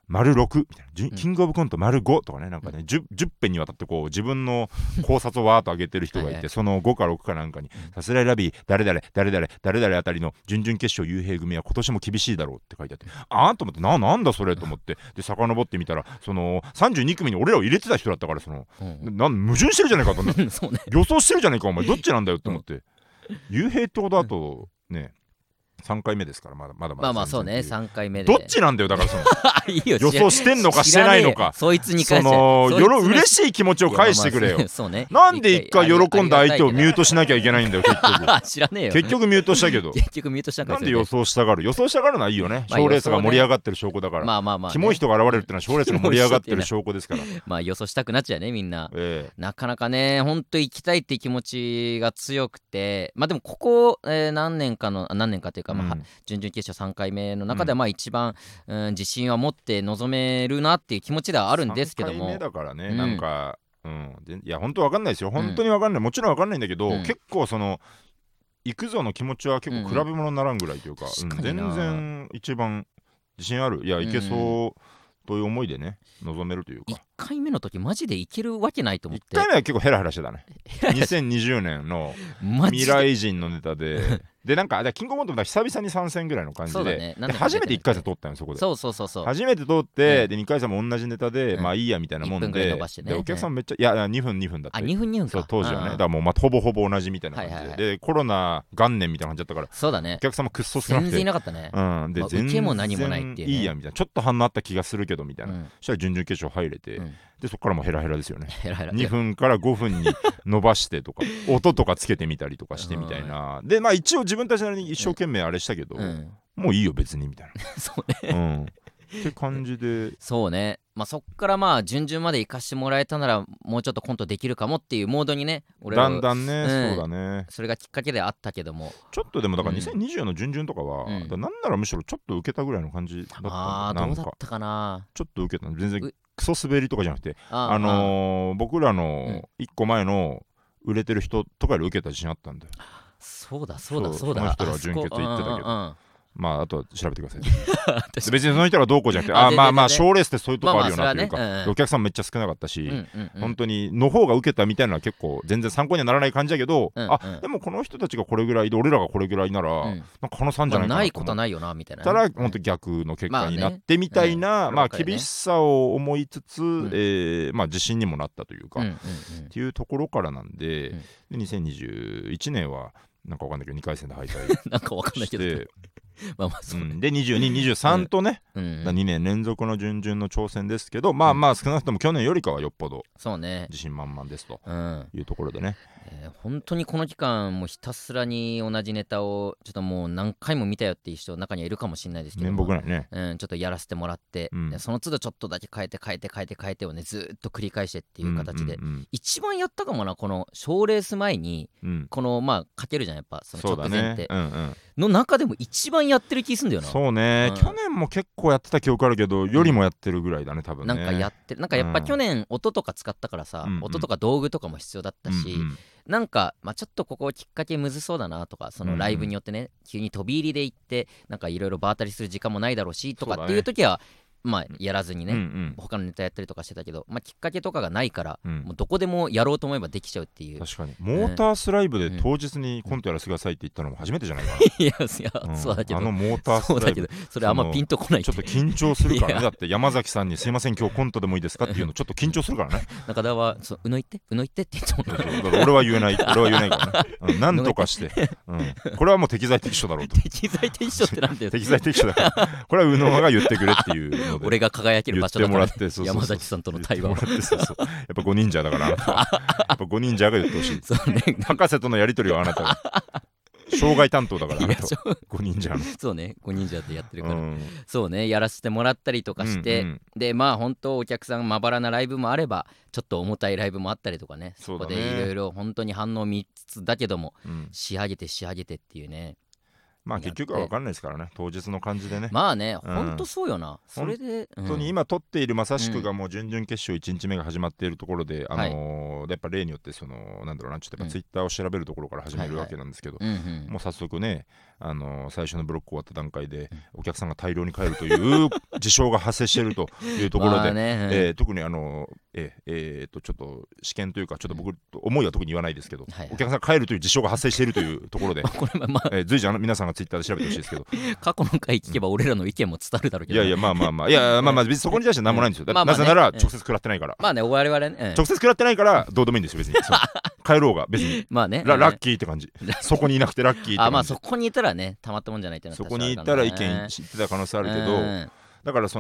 Speaker 2: 丸6みたいなじゅ
Speaker 1: うん
Speaker 2: キングオブコント丸5とかねなんかね 10, 10編にわたってこう自分の考察をわーっと上げてる人がいて
Speaker 1: はいはい
Speaker 2: その5か6かなんかに「さすらいラビー誰々誰々誰々あたりの準々決勝幽閉組は今年も厳しいだろう」って書いてあってあーと思ってななんだそれと思ってで遡ってみたらその32組に俺らを入れてた人だったからその
Speaker 1: うん
Speaker 2: な矛盾してるじゃないかと思っ て
Speaker 1: うんそうね
Speaker 2: 予想してるじゃねえかお前どっちなんだよって思って幽閉ってことだとね3回目ですからまだまだまだ
Speaker 1: まあまあそうね
Speaker 2: 全然
Speaker 1: 3回目で
Speaker 2: どっちなんだよ だからその
Speaker 1: いいよ
Speaker 2: 予想してんのかしてないのか
Speaker 1: 知らねえよそいつに
Speaker 2: そ
Speaker 1: 返せ
Speaker 2: の
Speaker 1: そいつ
Speaker 2: よ
Speaker 1: に
Speaker 2: ろ嬉しい気持ちを返してくれよ
Speaker 1: いやまあまあそうね
Speaker 2: なんで一回喜んだ相手をミュー
Speaker 1: ト
Speaker 2: トしなきゃいけないんだよ結 局
Speaker 1: 知らねえよ
Speaker 2: 結局ミュートしたけど
Speaker 1: 結局ミュートしたんか
Speaker 2: なんで
Speaker 1: よ
Speaker 2: 予想したがる予想したがるのはいいよね
Speaker 1: まあ
Speaker 2: 賞レース
Speaker 1: 予
Speaker 2: が
Speaker 1: 想ね
Speaker 2: 盛り上がってる証拠だから、
Speaker 1: まあまあまあね
Speaker 2: キモい人が現れるってのは賞レースが盛り上がってる証拠ですから、
Speaker 1: まあ予想したくなっちゃうねみんな
Speaker 2: ええ
Speaker 1: なかなかね、ほんと行きたいって気持ちが強くて、まあでもここ、えー何年かの、あ何年かというか、まあ、
Speaker 2: うん
Speaker 1: 準々決勝3回目の中では、まあ一番、うん自信は持って臨めるなっていう気持ちではあるんですけど
Speaker 2: 三回
Speaker 1: も
Speaker 2: 目、だからね、
Speaker 1: うん
Speaker 2: なんか、うん、でいや本当わかんないですよ本当にわかんない、もちろんわかんないんだけど、
Speaker 1: うん
Speaker 2: 結構その行くぞの気持ちは結構比べ物にならんぐらいというか,う、
Speaker 1: うんん確かにな
Speaker 2: 全然一番自信あるいやいけそうという思いでね臨めるという
Speaker 1: 1
Speaker 2: か。
Speaker 1: 回目の時マジで行けるわけないと思っ
Speaker 2: 1
Speaker 1: て
Speaker 2: 回、目は結構ヘラヘラして たね2020年の
Speaker 1: マジ
Speaker 2: 未
Speaker 1: で。
Speaker 2: 来人のネタででなんかあじゃあキングオブコントもだから久々に参戦ぐらいの感じ
Speaker 1: そうだ
Speaker 2: で,、
Speaker 1: ね。なんだ
Speaker 2: で
Speaker 1: か
Speaker 2: 初めて1回戦
Speaker 1: 出
Speaker 2: 通ったのよそこで
Speaker 1: そうそうそうそう。
Speaker 2: 初めて通って、
Speaker 1: うん
Speaker 2: で2回戦も同じネタで、
Speaker 1: うん
Speaker 2: まあいいやみたいなもんで
Speaker 1: 一分ぐらい伸ばしてね
Speaker 2: でお客さんめっちゃ、いやいや2分2分だった
Speaker 1: あ、2分2分
Speaker 2: そう
Speaker 1: か。
Speaker 2: 当時はね
Speaker 1: うん
Speaker 2: だからもうまあほぼほぼ同じみたいな感じで、
Speaker 1: はいはいはい
Speaker 2: でコロナ元年みたいな感じだったから
Speaker 1: そうだね
Speaker 2: お。客さんもくっそ少な
Speaker 1: 全
Speaker 2: く
Speaker 1: 然
Speaker 2: て
Speaker 1: いなかったね。
Speaker 2: うん、で
Speaker 1: まあ
Speaker 2: 全
Speaker 1: 受けも何もないっていうね
Speaker 2: いやみたいなちょっと反応あった気がするけどみたいうな、
Speaker 1: ん。
Speaker 2: そしたら準々決勝入れて、
Speaker 1: うん
Speaker 2: でそこからもうヘラヘラですよね
Speaker 1: ヘラヘラ。
Speaker 2: 2分から5分に伸ばし てとか音とかつけてみたりとかしてみたいな、でまあ一応自分たちなりに一生懸命あれしたけど、
Speaker 1: うん。
Speaker 2: もういいよ別にみたい
Speaker 1: そうね。
Speaker 2: な、うん、って感じで
Speaker 1: そうね、まあ、そっからまあ順々まで行かしてもらえたならもうちょっとコントできるかもっていうモードにね俺
Speaker 2: だ
Speaker 1: は
Speaker 2: んだんね、
Speaker 1: うん
Speaker 2: そうだね
Speaker 1: それがきっかけであったけども
Speaker 2: ちょっとでもだから
Speaker 1: うん
Speaker 2: 2020の準々とかは、
Speaker 1: うん
Speaker 2: だからなんならむしろちょっと受けたぐらいの感じだったんだ
Speaker 1: あー
Speaker 2: な
Speaker 1: ど
Speaker 2: ん
Speaker 1: うだっ
Speaker 2: か
Speaker 1: たかな
Speaker 2: ちょっと受けた全然
Speaker 1: う
Speaker 2: クソ滑りとかじゃなくて
Speaker 1: あ
Speaker 2: あ
Speaker 1: ー
Speaker 2: のー僕ら
Speaker 1: う
Speaker 2: の
Speaker 1: ん
Speaker 2: 1個前の売れてる人とかより受けた自信あったんで
Speaker 1: あそうだそうだ
Speaker 2: そう
Speaker 1: そうだ
Speaker 2: その人らは
Speaker 1: あそこ
Speaker 2: 準決行ってたけど
Speaker 1: うんうんうん
Speaker 2: まああとは調べてください
Speaker 1: 私
Speaker 2: 別にその人がどうこうじゃなくて
Speaker 1: あ
Speaker 2: あーまあまあ
Speaker 1: 全然
Speaker 2: 賞レースってそういうとこあるよ
Speaker 1: ま
Speaker 2: な
Speaker 1: あ
Speaker 2: と
Speaker 1: ま
Speaker 2: い
Speaker 1: あ
Speaker 2: う
Speaker 1: そ
Speaker 2: か、
Speaker 1: れはねうんうん
Speaker 2: お客さんめっちゃ少なかったし、
Speaker 1: うんうんうん
Speaker 2: 本当にの方が受けたみたいなのは結構全然参考にはならない感じだけど、
Speaker 1: うんうん
Speaker 2: あでもこの人たちがこれぐらいで俺らがこれぐらいなら、
Speaker 1: う
Speaker 2: なん
Speaker 1: ん
Speaker 2: かこの3じ
Speaker 1: まあ
Speaker 2: ゃないか
Speaker 1: な
Speaker 2: ないと
Speaker 1: こ
Speaker 2: 思
Speaker 1: と
Speaker 2: っ
Speaker 1: ないよなみたいな
Speaker 2: たら
Speaker 1: うん
Speaker 2: 本当逆の結
Speaker 1: ま
Speaker 2: 果
Speaker 1: あね
Speaker 2: になってみたいな、
Speaker 1: うん
Speaker 2: まあ
Speaker 1: わかるよね
Speaker 2: 厳しさを思いつつ、
Speaker 1: ん
Speaker 2: えーまあ、自信にもなったというか、
Speaker 1: うんう
Speaker 2: っ
Speaker 1: んうん
Speaker 2: ていうところからなんで,、
Speaker 1: うん
Speaker 2: で2021年はなんかわかんないけど2回戦で敗退
Speaker 1: なん かわかんない
Speaker 2: し
Speaker 1: け
Speaker 2: て、
Speaker 1: どまあまあそううね
Speaker 2: ん、で2223とね、
Speaker 1: うんうん
Speaker 2: 2年連続の準々の挑戦ですけどまあまあ少なくとも去年よりかはよっぽど
Speaker 1: そうね
Speaker 2: 自信満々ですと
Speaker 1: うん
Speaker 2: いうところでね。
Speaker 1: えー本当にこの期間もうひたすらに同じネタをちょっともう何回も見たよっていう人中にはいるかもしれないですけど
Speaker 2: 面目ないね。
Speaker 1: うん、ちょっとやらせてもらって、
Speaker 2: うん
Speaker 1: でその都度ちょっとだけ変えて変えて変えて変えてをねずーっと繰り返してっていう形で、
Speaker 2: うんうん
Speaker 1: 一番やったかもなこの賞レース前に
Speaker 2: うんうん
Speaker 1: このまあかけるじゃんやっぱその
Speaker 2: そうだ
Speaker 1: 直前っ
Speaker 2: ね
Speaker 1: て、。
Speaker 2: うんうん
Speaker 1: の中でも一番やってる気すんだよな、
Speaker 2: そうね、
Speaker 1: うん
Speaker 2: 去年も結構やってた記憶あるけど、よりもやってるぐらいだね、多分
Speaker 1: な
Speaker 2: ね。
Speaker 1: んかやってるなんかやっぱ
Speaker 2: うん
Speaker 1: 去年音とか使ったからさ、
Speaker 2: うんうん
Speaker 1: 音とか道具とかも必要だったし、
Speaker 2: うんうん
Speaker 1: なんか、まあ、ちょっとここきっかけむずそうだなとかそのライブによってね、急に飛び入りで行ってなんかいろいろ場当たりする時間もないだろうしと
Speaker 2: そうだ
Speaker 1: か
Speaker 2: ね
Speaker 1: っていう時はまあやらずにね、
Speaker 2: うんうん
Speaker 1: 他のネタやったりとかしてたけど、まあ、きっかけとかがないから、
Speaker 2: うん
Speaker 1: もうどこでもやろうと思えばできちゃうっていう。
Speaker 2: 確かにモータースライブで当日にコントやらせてくださいって言ったのも初めてじゃないか
Speaker 1: いや、いや
Speaker 2: な、うん
Speaker 1: そうだけど
Speaker 2: あ、のモーター
Speaker 1: そう
Speaker 2: スラ
Speaker 1: だ
Speaker 2: イ
Speaker 1: けど
Speaker 2: ブ、
Speaker 1: それあんまピンとこないって
Speaker 2: ちょっと緊張するから
Speaker 1: い
Speaker 2: ね
Speaker 1: や
Speaker 2: だって山崎さんに「すいません今日コントでもいいですか?」って いうのちょっと緊張するからね
Speaker 1: 中田は、そううのいって、うのいってって言っても
Speaker 2: だ
Speaker 1: ら
Speaker 2: か
Speaker 1: う
Speaker 2: ら俺は言えない俺は言えないからね、 うん、なんとかして、うん、これはもう適材適所だろうと
Speaker 1: 適材適所って なんだよ。
Speaker 2: 適材適所だからこれは宇野が言ってくれっていうので
Speaker 1: 俺が輝ける
Speaker 2: 言
Speaker 1: 場
Speaker 2: っ
Speaker 1: 所
Speaker 2: て
Speaker 1: だ
Speaker 2: も
Speaker 1: からら
Speaker 2: っ、てそうそうそう
Speaker 1: 山崎さんとの対話を
Speaker 2: 言ってもらってそうそうやっぱ5人者だからあなたはやっぱ5人者が言ってほしい
Speaker 1: そうね。
Speaker 2: 博士とのやり取りはあな たが障害担当だからあ
Speaker 1: い
Speaker 2: な
Speaker 1: や
Speaker 2: た
Speaker 1: そ
Speaker 2: は5人者の
Speaker 1: そうね、5人じゃってやってる
Speaker 2: う
Speaker 1: から、
Speaker 2: ん
Speaker 1: そうね、やらせてもらったりとかして、
Speaker 2: うんうん
Speaker 1: で、まあ本当お客さんまばらなライブもあれば、ちょっと重たいライブもあったりとかね、そ
Speaker 2: そ
Speaker 1: う
Speaker 2: だ
Speaker 1: こ
Speaker 2: ね
Speaker 1: でいろいろ本当に反応見つつだけども、
Speaker 2: うん
Speaker 1: 仕上げて仕上げてっていうね。
Speaker 2: まあ結局は分かんないですからね当日の感じでね
Speaker 1: まあね、
Speaker 2: うん
Speaker 1: ほんとそうよな。それで、
Speaker 2: 本当に
Speaker 1: うん
Speaker 2: 今撮っているまさしくがもう準々決勝1日目が始まっているところで、あのーやっぱ例によってそのなんだろうなちょっとやっぱツイッターを調べるところから始めるわけなんですけど、
Speaker 1: うんうん
Speaker 2: もう早速ね、あのー最初のブロック終わった段階でお客さんが大量に帰るという 事象が発生しているというところで、
Speaker 1: まあね
Speaker 2: えー特にあのーえーえーっとちょっと試験というかちょっと僕思いは特に言わないですけど、
Speaker 1: はいはい。
Speaker 2: お客さんが帰るという事象が発生しているというところ で
Speaker 1: これまあまあ
Speaker 2: えー随時あの皆さんがツイッターで調べてほしいですけ ど
Speaker 1: 過去の回聞けば俺らの意見も伝わるだろうけ
Speaker 2: い
Speaker 1: ど
Speaker 2: や
Speaker 1: ね
Speaker 2: いやまあまあまあいやまあまあ別にそこに対して何もないんですよ、だって
Speaker 1: まあまあね
Speaker 2: なぜなら直接食らってないから、
Speaker 1: まあね我々ね、うん
Speaker 2: 直接食らってないからどうでもいいんですよ別にそう帰ろうが別に
Speaker 1: まあね
Speaker 2: ララッ
Speaker 1: キ
Speaker 2: キーって感じ
Speaker 1: ー
Speaker 2: そこにいなくてラッキーって感じ
Speaker 1: あまあそこにいたらねたまったもんじゃないっていうの
Speaker 2: そ
Speaker 1: は
Speaker 2: こ
Speaker 1: 確か
Speaker 2: に
Speaker 1: に
Speaker 2: い
Speaker 1: あ
Speaker 2: たら意
Speaker 1: るからね
Speaker 2: 見知ってた可能性あるけど、
Speaker 1: うん
Speaker 2: だからそ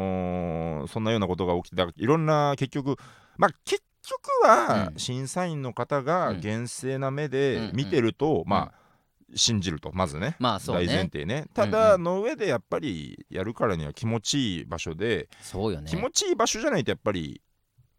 Speaker 2: のそんなようなことが起きてだからいろんな結局まあ結局は
Speaker 1: うん
Speaker 2: 審査員の方が
Speaker 1: うん
Speaker 2: 厳正な目で
Speaker 1: うん
Speaker 2: 見てると、まあ信じるとまずね
Speaker 1: まあそう
Speaker 2: 大前
Speaker 1: ね
Speaker 2: 提ねただの上でやっぱりやるからには気持ちいい場所で、
Speaker 1: そうよね
Speaker 2: 気持ちいい場所じゃないとやっぱり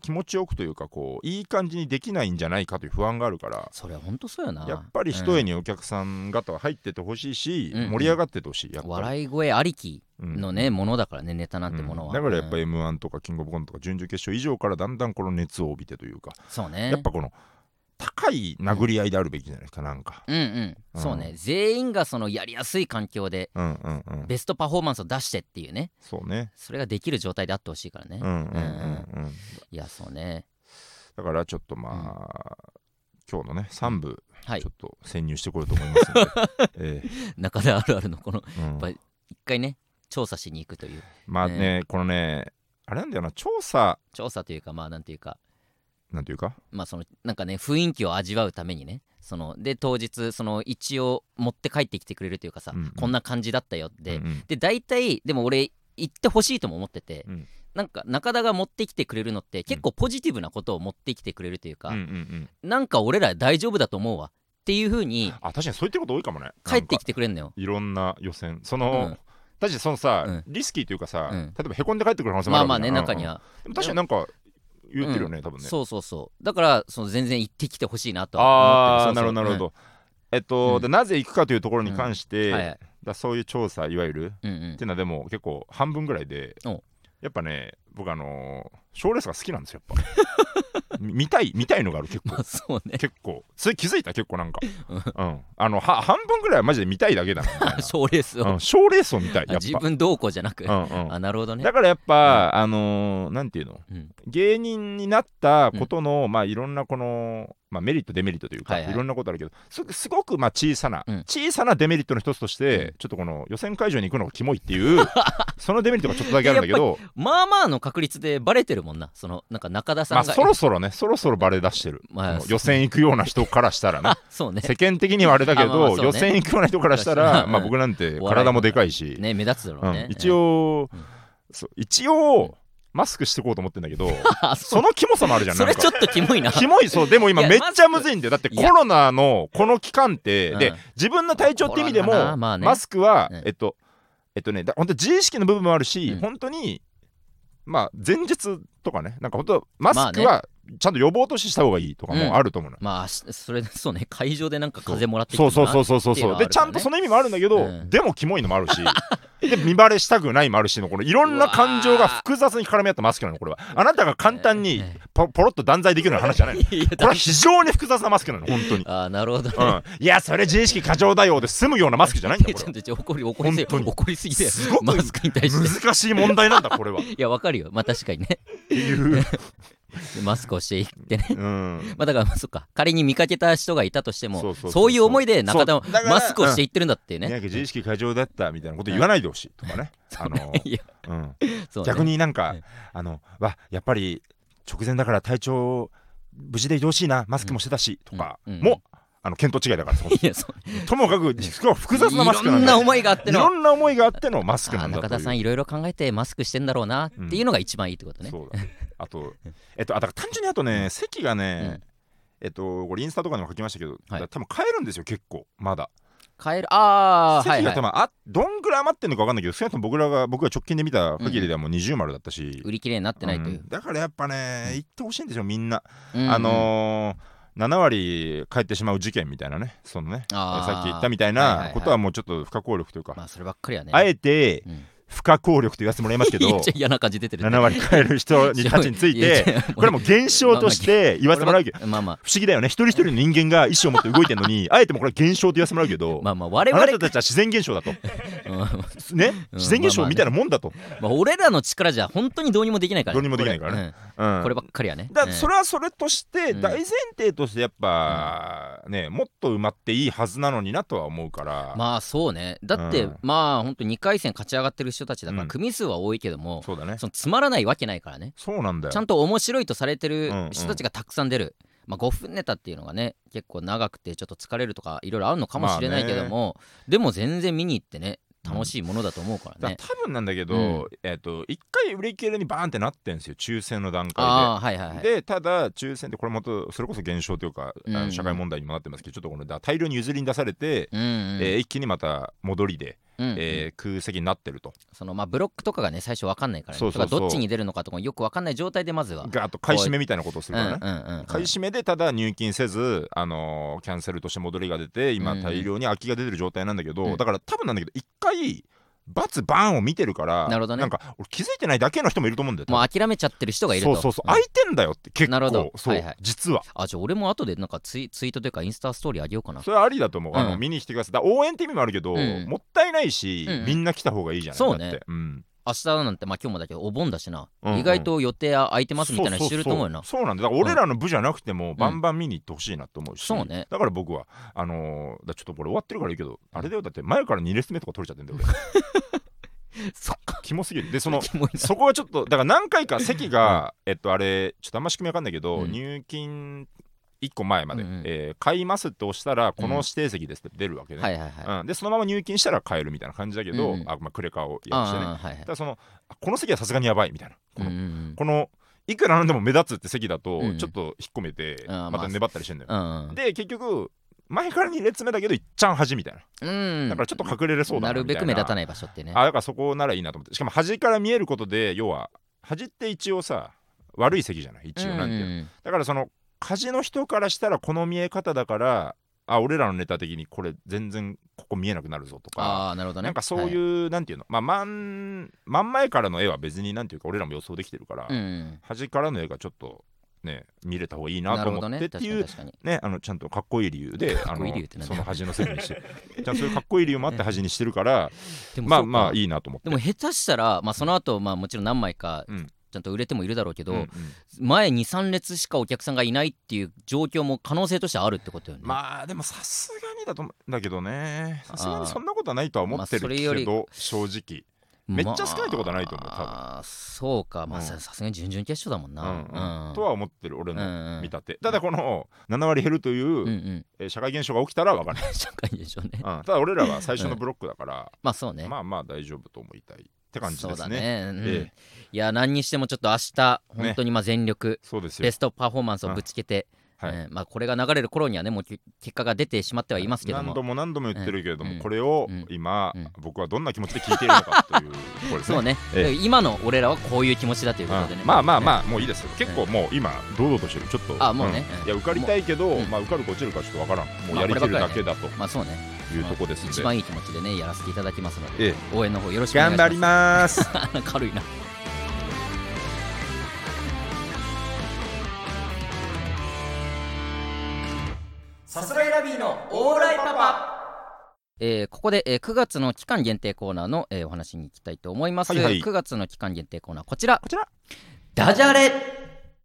Speaker 2: 気持ちよくというかこういい感じにできないんじゃないかという不安があるから
Speaker 1: それは本当そうよな
Speaker 2: やっぱり
Speaker 1: うん
Speaker 2: 一重にお客さん方は入っててほしいし、
Speaker 1: うんうん
Speaker 2: 盛り上がっててほしいやっぱり
Speaker 1: 笑い声ありき
Speaker 2: うん
Speaker 1: のね、ものだからねネタなんてものは、
Speaker 2: うんだからやっぱ
Speaker 1: り、
Speaker 2: り m 1とかキングオブコントとか準々決勝以上からだんだんこの熱を帯びてというか、
Speaker 1: そうね
Speaker 2: やっぱこの高い殴り合いであるべきじゃないですかなんか。
Speaker 1: うんうん、
Speaker 2: うん
Speaker 1: そうね全員がそのやりやすい環境で
Speaker 2: うんうんうん、
Speaker 1: ベストパフォーマンスを出してっていうね
Speaker 2: そうね。
Speaker 1: それができる状態であってほしいからね、
Speaker 2: うんうんうんうん、
Speaker 1: いやそうね
Speaker 2: だからちょっとまあ、今日のね3部
Speaker 1: はい
Speaker 2: ちょっと潜入してこようと思います ので、え
Speaker 1: 中田あるあるのこの
Speaker 2: えうん
Speaker 1: ぱり一回ね調査しに行くという
Speaker 2: まあねこのねあれなんだよな調査
Speaker 1: 調査というかまあなんていうか
Speaker 2: なんていうか
Speaker 1: まあそのなんかね雰囲気を味わうためにねそので当日その一応持って帰ってきてくれるというかさ、
Speaker 2: うんうん
Speaker 1: こんな感じだったよって、
Speaker 2: うんうん
Speaker 1: で大体でも俺行ってほしいとも思ってて、
Speaker 2: うん
Speaker 1: なんか中田が持ってきてくれるのって結構ポジティブなことを持ってきてくれるというか、
Speaker 2: うんうんうん
Speaker 1: なんか俺ら大丈夫だと思うわっていう風に
Speaker 2: あ確かにそう言ってること多いかもね。
Speaker 1: 帰って
Speaker 2: なんか
Speaker 1: きてくれるのよ
Speaker 2: いろんな予選その、
Speaker 1: うん
Speaker 2: 確かにそのさ、
Speaker 1: うん
Speaker 2: リスキーというかさ、
Speaker 1: うん
Speaker 2: 例えばへこんで帰ってくる可能性も
Speaker 1: ま
Speaker 2: あ
Speaker 1: あ
Speaker 2: る
Speaker 1: ま
Speaker 2: わ
Speaker 1: あ
Speaker 2: けじ
Speaker 1: ね
Speaker 2: ゃん
Speaker 1: 中に
Speaker 2: うん
Speaker 1: は、
Speaker 2: うんでも確かになんか言ってるよね、多分ね
Speaker 1: そうそうそうだからその全然行ってきてほしいなと
Speaker 2: あ
Speaker 1: は
Speaker 2: あ
Speaker 1: 思って
Speaker 2: なるほどなるほど、えっと、
Speaker 1: うん
Speaker 2: でなぜ行くかというところに関して、
Speaker 1: うんはいはい
Speaker 2: だそういう調査いわゆる
Speaker 1: そうそううんうんうん
Speaker 2: っていうのはでも結構半分ぐらいで
Speaker 1: お
Speaker 2: やっぱね僕あの賞、ー、レースが好きなんですよやっぱ み見たい見たいのがあ る結構
Speaker 1: まあそうね
Speaker 2: 結構それ気づいた結構なんか、
Speaker 1: うん
Speaker 2: うん、あのは半分ぐらいはマジで見たいだけだなみた いな
Speaker 1: 賞レースを、
Speaker 2: うん賞、レースを見たい
Speaker 1: あ
Speaker 2: やっ
Speaker 1: 自分どうこうじゃなく、
Speaker 2: ぱ、うんうん、
Speaker 1: あなるほどね
Speaker 2: だからやっぱ、あのーなんていうの
Speaker 1: うん
Speaker 2: 芸人になったことの、まあいろんなこの、まあ、メリットデメリットというか、
Speaker 1: はい
Speaker 2: い
Speaker 1: はい
Speaker 2: ろんなことあるけどすすごくまあ小さな、
Speaker 1: うん
Speaker 2: 小さなデメリットの一つとして、
Speaker 1: うん
Speaker 2: ちょっとこの予選会場に行くのがキモいっ ていうそのデメリットがちょっとだけあるんだけど
Speaker 1: まあまあの確率でバレてるもんなそのなんか中田さん
Speaker 2: ま
Speaker 1: が、
Speaker 2: あそろそろねそろそろバレ出してる、
Speaker 1: まあ
Speaker 2: その予選行くような人からし たらね
Speaker 1: あそうね
Speaker 2: 世間的にはあれだけ
Speaker 1: あまあまあ
Speaker 2: ど、
Speaker 1: そうね
Speaker 2: 予選行くような人からしたら、
Speaker 1: うん
Speaker 2: まあ僕なんて体もでかいし、
Speaker 1: ね目立つだろうね、
Speaker 2: うん一応、
Speaker 1: うん
Speaker 2: そう一応、
Speaker 1: うん
Speaker 2: マスクしてこうと思ってんだけど
Speaker 1: あそ
Speaker 2: そのキモさもあるじゃ
Speaker 1: うんそ
Speaker 2: な
Speaker 1: れ
Speaker 2: んか
Speaker 1: ちょっとキモいな
Speaker 2: キモいそうでも今
Speaker 1: いや
Speaker 2: めっちゃむずいんだよだってコロナのこの期間って
Speaker 1: うん
Speaker 2: で自分の体調って意味で
Speaker 1: コ
Speaker 2: も
Speaker 1: ロナだなまあね
Speaker 2: マスクは
Speaker 1: うん
Speaker 2: えっとえっとねだ本当自意識の部分もあるし
Speaker 1: うん
Speaker 2: 本当にまあ前日とかねなんか本当マ
Speaker 1: まあ
Speaker 2: スク
Speaker 1: ね
Speaker 2: はちゃんと予防としてした方がいいとかもあると思うの
Speaker 1: まあしそれそうね会場でなんか風もらってきて
Speaker 2: そうそうそううそうそう
Speaker 1: っていうの
Speaker 2: そ
Speaker 1: はあ
Speaker 2: う
Speaker 1: る
Speaker 2: で
Speaker 1: からね
Speaker 2: ちゃんとその意味もあるんだけど
Speaker 1: うん
Speaker 2: でもキモいのもあ るしで見バレしたくないもあるしのこのいろんな感情が複雑に絡み合ったマスクなのこれはあなたが簡単に
Speaker 1: え
Speaker 2: ポポロッと断罪できるような話じゃないのこ
Speaker 1: いや
Speaker 2: れは非常に複雑なマスクなの本当に
Speaker 1: あなるほどね、
Speaker 2: うん、いやそれ自意識過剰だよで済むようなマスクじゃないんだ
Speaker 1: いや
Speaker 2: こ
Speaker 1: ちょっと
Speaker 2: れ
Speaker 1: ちょ怒り怒りすぎ
Speaker 2: 本当に
Speaker 1: 怒りすぎだよ
Speaker 2: すごく
Speaker 1: マスクに対して
Speaker 2: は難しい問題なんだこ れはっ
Speaker 1: いやわかるよまあ確かにね
Speaker 2: ていう、
Speaker 1: マスクをしていってね
Speaker 2: うん、
Speaker 1: まあだからまあそっか仮に見かけた人がいたとしても
Speaker 2: そ
Speaker 1: そうう
Speaker 2: そうそうそう
Speaker 1: いう思いで中田も
Speaker 2: そうだから
Speaker 1: マスクをしていってるんだっていうね
Speaker 2: なんか自意識過剰だったみたいなこと言わないでほしいとかね、あの
Speaker 1: いや
Speaker 2: うん、
Speaker 1: そうね
Speaker 2: 逆になんか、
Speaker 1: うん
Speaker 2: あのわやっぱり直前だから体調無事でいてほしいなマスクもしてたし、とか
Speaker 1: うんうん
Speaker 2: もあの見当違いだからそこ
Speaker 1: いやそう
Speaker 2: ともかく複雑なマスク
Speaker 1: いろ
Speaker 2: なん
Speaker 1: ん
Speaker 2: だ
Speaker 1: な
Speaker 2: よ
Speaker 1: 思いがあって
Speaker 2: い
Speaker 1: の
Speaker 2: ろんな思いがあってのマスク
Speaker 1: あ
Speaker 2: な
Speaker 1: ー
Speaker 2: んだとい
Speaker 1: 中
Speaker 2: う
Speaker 1: 田さんいろいろ考えてマスクしてんだろうなっていうのが一番いいってことね、
Speaker 2: そうだあと、 えっと、あだから単純にあとね、席がね、えっと、これインスタとかにも書きましたけど、
Speaker 1: はい
Speaker 2: 多分帰るんですよ、結構、まだ。
Speaker 1: 変えるああはい
Speaker 2: 席
Speaker 1: は
Speaker 2: が多
Speaker 1: い
Speaker 2: 分、あどんぐらい余ってるのか分かんないけど、少なくとも僕らが、僕が直近で見た限りではもう20丸だったし、
Speaker 1: 売り切れになってないという
Speaker 2: う、んだからやっぱね、行ってほしいんですよ、みんな。
Speaker 1: うん
Speaker 2: あのー7割帰ってしまう事件みたいなね、そのね、
Speaker 1: あー
Speaker 2: さっき言ったみた
Speaker 1: は
Speaker 2: い
Speaker 1: いはいは
Speaker 2: ないことはもうちょっと不可抗力というか、
Speaker 1: まあそればっかりはね
Speaker 2: あえて
Speaker 1: うん
Speaker 2: 不可抗力と言わせてもら いますけ
Speaker 1: めっ
Speaker 2: ど
Speaker 1: ちゃ、嫌な感じ出てる
Speaker 2: 7割帰る人にたちについ
Speaker 1: やや
Speaker 2: て、
Speaker 1: や
Speaker 2: これはもう現象として言わせてもらうけど、
Speaker 1: まあま
Speaker 2: 不思議だよね一人一人の人間が意思を持って動いてる のにあえてもうこれ現象と言わせてもらうけど、
Speaker 1: あまあまあ
Speaker 2: あ
Speaker 1: 我々
Speaker 2: なたたちは自然現象だと
Speaker 1: うんま
Speaker 2: ね
Speaker 1: うん
Speaker 2: 自然現象みたいなもんだと、
Speaker 1: あ俺らの力じゃ本当にどうにもできないから、
Speaker 2: どうにもできないからね
Speaker 1: これ,、うんこれば
Speaker 2: っ
Speaker 1: っかりはね
Speaker 2: だ
Speaker 1: うん
Speaker 2: それはそれとして
Speaker 1: うん
Speaker 2: 大前提としてやっぱ、ねもっと埋まっていいはずなのになとは思うから、
Speaker 1: まあそうねだって、
Speaker 2: うん
Speaker 1: まあ本当2回戦勝ち上がってる人たちだから、
Speaker 2: うん
Speaker 1: 組数は多いけども
Speaker 2: そうだね
Speaker 1: そのつまらないわけないからね
Speaker 2: そうなんだよ
Speaker 1: ちゃんと面白いとされてる
Speaker 2: うんうん
Speaker 1: 人たちがたくさん出る、まあ、5分ネタっていうのがね結構長くてちょっと疲れるとかいろいろあるのかもしれないけども、でも全然見に行ってね楽しいものだと思うから
Speaker 2: だか
Speaker 1: ね
Speaker 2: ら、多分なんだけど、
Speaker 1: うん
Speaker 2: えっと1回売り切れにバーンってなってんですよ抽選の段階で。
Speaker 1: ああはいはいはい
Speaker 2: でただ抽選でこれまたそれこそ現象というか、あの
Speaker 1: うん
Speaker 2: 社会問題にもなってますけどちょっとこのだ大量に譲りに出されて、
Speaker 1: うんうん
Speaker 2: えー一気にまた戻りで、
Speaker 1: うんうん
Speaker 2: えー空席になってると
Speaker 1: そのまあブロックとかがね最初わかんないからね
Speaker 2: そうそうそう
Speaker 1: とかどっちに出るのかとかよくわかんない状態でまずは
Speaker 2: ガーッと買い占めみたいなことをす
Speaker 1: う
Speaker 2: る
Speaker 1: んう
Speaker 2: から
Speaker 1: ん
Speaker 2: ね。
Speaker 1: うんうん
Speaker 2: 買い占めでただ入金せず、あのーキャンセルとして戻りが出て今
Speaker 1: うん
Speaker 2: 大量に空きが出てる状態なんだけど、
Speaker 1: うん
Speaker 2: だから多分なんだけど一回バツバーンを見てるから
Speaker 1: なるほどね
Speaker 2: んか俺気づいてないだけの人もいると思うんだよ多分
Speaker 1: もう諦めちゃってる人がいると
Speaker 2: そうそうそ
Speaker 1: ん
Speaker 2: う、空いてんだよって結構
Speaker 1: なるほど
Speaker 2: そう、
Speaker 1: はいはい
Speaker 2: 実は
Speaker 1: あじゃあ俺も後でなんかツイツイートというかインスタストーリーあげようかな
Speaker 2: それはありだと思う、あ
Speaker 1: う
Speaker 2: の
Speaker 1: ん
Speaker 2: 見に来てくださいだから応援って意味もあるけど、
Speaker 1: うん
Speaker 2: もったいないし、
Speaker 1: うんうん
Speaker 2: みんな来た方がいいじゃない
Speaker 1: そうね
Speaker 2: だってん
Speaker 1: 明日なんてまあ今日もだけどお盆だしな、
Speaker 2: うんうん
Speaker 1: 意外と予定空いてますみたいなの
Speaker 2: そ
Speaker 1: 知ると思うよな
Speaker 2: そうそうそうなんだだから俺らの部じゃなくても、バンバン見に行ってほしいなと思うし、
Speaker 1: そうね
Speaker 2: だから僕はあのーだちょっとこれ終わってるからいいけどあれだよだって前から2列目とか取れちゃってんだよ 俺
Speaker 1: そっか
Speaker 2: キモすぎるで その
Speaker 1: キモいな
Speaker 2: そこはちょっとだから何回か席が、えっとあれちょっとあんま仕組みわかんないけど、
Speaker 1: うん
Speaker 2: 入金1個前まで、
Speaker 1: うんうん
Speaker 2: えー買いますって押したらこの指定席ですって出るわけね、
Speaker 1: はいはいはい、
Speaker 2: うん、でそのまま入金したら買えるみたいな感じだけど、
Speaker 1: うんうん
Speaker 2: あまあ、クレカをやしてね
Speaker 1: ああはいはい
Speaker 2: ただそのあこの席はさすがにやばいみたいなこ
Speaker 1: うん
Speaker 2: の,、
Speaker 1: うんうん
Speaker 2: このいくらなんでも目立つって席だと、
Speaker 1: うんうん
Speaker 2: ちょっと引っ込めて
Speaker 1: あー
Speaker 2: ま
Speaker 1: ま
Speaker 2: た
Speaker 1: あ
Speaker 2: 粘ったりしてんだよ、
Speaker 1: うんうん
Speaker 2: で結局前から2列目だけどいっちゃん端みたいな
Speaker 1: うん
Speaker 2: だからちょっと隠れれそうだ
Speaker 1: なるべく目立た
Speaker 2: ない
Speaker 1: ない場所ってね
Speaker 2: なあだからそこならいいなと思ってしかも端から見えることで要は端って一応さ悪い席じゃない一応なんていうの、
Speaker 1: うん
Speaker 2: だからその舵の人からしたらこの見え方だからあ俺らのネタ的にこれ全然ここ見えなくなるぞとか
Speaker 1: ああなるほどね、
Speaker 2: なんかそういうう、なんていうのまあ真ん真ん前からの絵は別になんていうか俺らも予想できてるから、
Speaker 1: はいうん
Speaker 2: 端からの絵がちょっとね見れた方がいいな
Speaker 1: な
Speaker 2: と
Speaker 1: るほ
Speaker 2: 思
Speaker 1: どね
Speaker 2: ってっ
Speaker 1: 確か
Speaker 2: ていう
Speaker 1: に
Speaker 2: ね
Speaker 1: 確かに
Speaker 2: あのちゃんとかっこいい理由であ
Speaker 1: っこいい理由って
Speaker 2: の
Speaker 1: なん
Speaker 2: そ
Speaker 1: だ
Speaker 2: の端の席にしてちゃんとそういうかっこいい理由もあって端にしてるから
Speaker 1: でも
Speaker 2: まあ
Speaker 1: そうか
Speaker 2: まあいいなと思って。
Speaker 1: でも下手したら、まあ、その後、まあもちろん何枚か
Speaker 2: うん
Speaker 1: ちゃんと売れてもいるだろうけど、
Speaker 2: うんうん
Speaker 1: 前23列しかお客さんがいないっていう状況も可能性としてはあるってことよね。
Speaker 2: まあでもさすがにだと思うんだけどねさすが
Speaker 1: あー
Speaker 2: にそんなことはないとは思ってる
Speaker 1: まあそれ
Speaker 2: け
Speaker 1: より
Speaker 2: ど、正直めっちゃ少ないってことはないと思う多分
Speaker 1: ああそうか、まあ、ささすがに準々決勝だもんな。
Speaker 2: うん
Speaker 1: う
Speaker 2: うん
Speaker 1: ん
Speaker 2: とは思ってる俺
Speaker 1: うんう
Speaker 2: の
Speaker 1: ん
Speaker 2: 見立て、ただこの7割減るという、
Speaker 1: うんうん、
Speaker 2: えー社会現象が起きたら分かる、
Speaker 1: 社会でしょうね。
Speaker 2: うんただ俺らは最初のブロックだから、
Speaker 1: まあそうね。
Speaker 2: まあまあ大丈夫と思いたいって感じ
Speaker 1: そ
Speaker 2: で
Speaker 1: う
Speaker 2: す
Speaker 1: だ
Speaker 2: ね
Speaker 1: ね。うん
Speaker 2: ええ
Speaker 1: いや何にしてもちょっと明日本当にまあ全力、
Speaker 2: そうですよ
Speaker 1: ベストパフォーマンスをぶつけて、
Speaker 2: はい
Speaker 1: ええまあ、これが流れる頃にはねもうけ結果が出てしまってはいますけど
Speaker 2: 何
Speaker 1: も
Speaker 2: 度も何度も言ってるけれども、
Speaker 1: うん
Speaker 2: これを
Speaker 1: うん
Speaker 2: 今、
Speaker 1: うん
Speaker 2: 僕はどんな気持ちで聞いているのかというところですね
Speaker 1: そうね、
Speaker 2: ええ
Speaker 1: 今の俺らはこういう気持ちだということでね、
Speaker 2: うんまあまあまあ、もういいですよ結構もう今堂々としてるちょっと
Speaker 1: あもうね
Speaker 2: んいや受かりたいけど、
Speaker 1: ううん
Speaker 2: まあ受かるか落ちるかちょっと分からんもう
Speaker 1: まあ
Speaker 2: やりきる
Speaker 1: これば
Speaker 2: だ
Speaker 1: っか
Speaker 2: け
Speaker 1: り
Speaker 2: だとい
Speaker 1: まあそうね
Speaker 2: うとこですの
Speaker 1: 一
Speaker 2: で、
Speaker 1: 番いい気持ちでねやらせていただきますので、
Speaker 2: え
Speaker 1: 応援の方よろし
Speaker 2: え
Speaker 1: くお願い
Speaker 2: 頑
Speaker 1: し
Speaker 2: 張
Speaker 1: ま
Speaker 2: り
Speaker 1: す
Speaker 2: ます
Speaker 1: 軽いなさすらいラビーのオーライパパえーここで、えー9月の期間限定コーナーの、えーお話に行きたいと思います、
Speaker 2: はいはい
Speaker 1: 9月の期間限定コーナーこちら
Speaker 2: こちら
Speaker 1: ダジャレ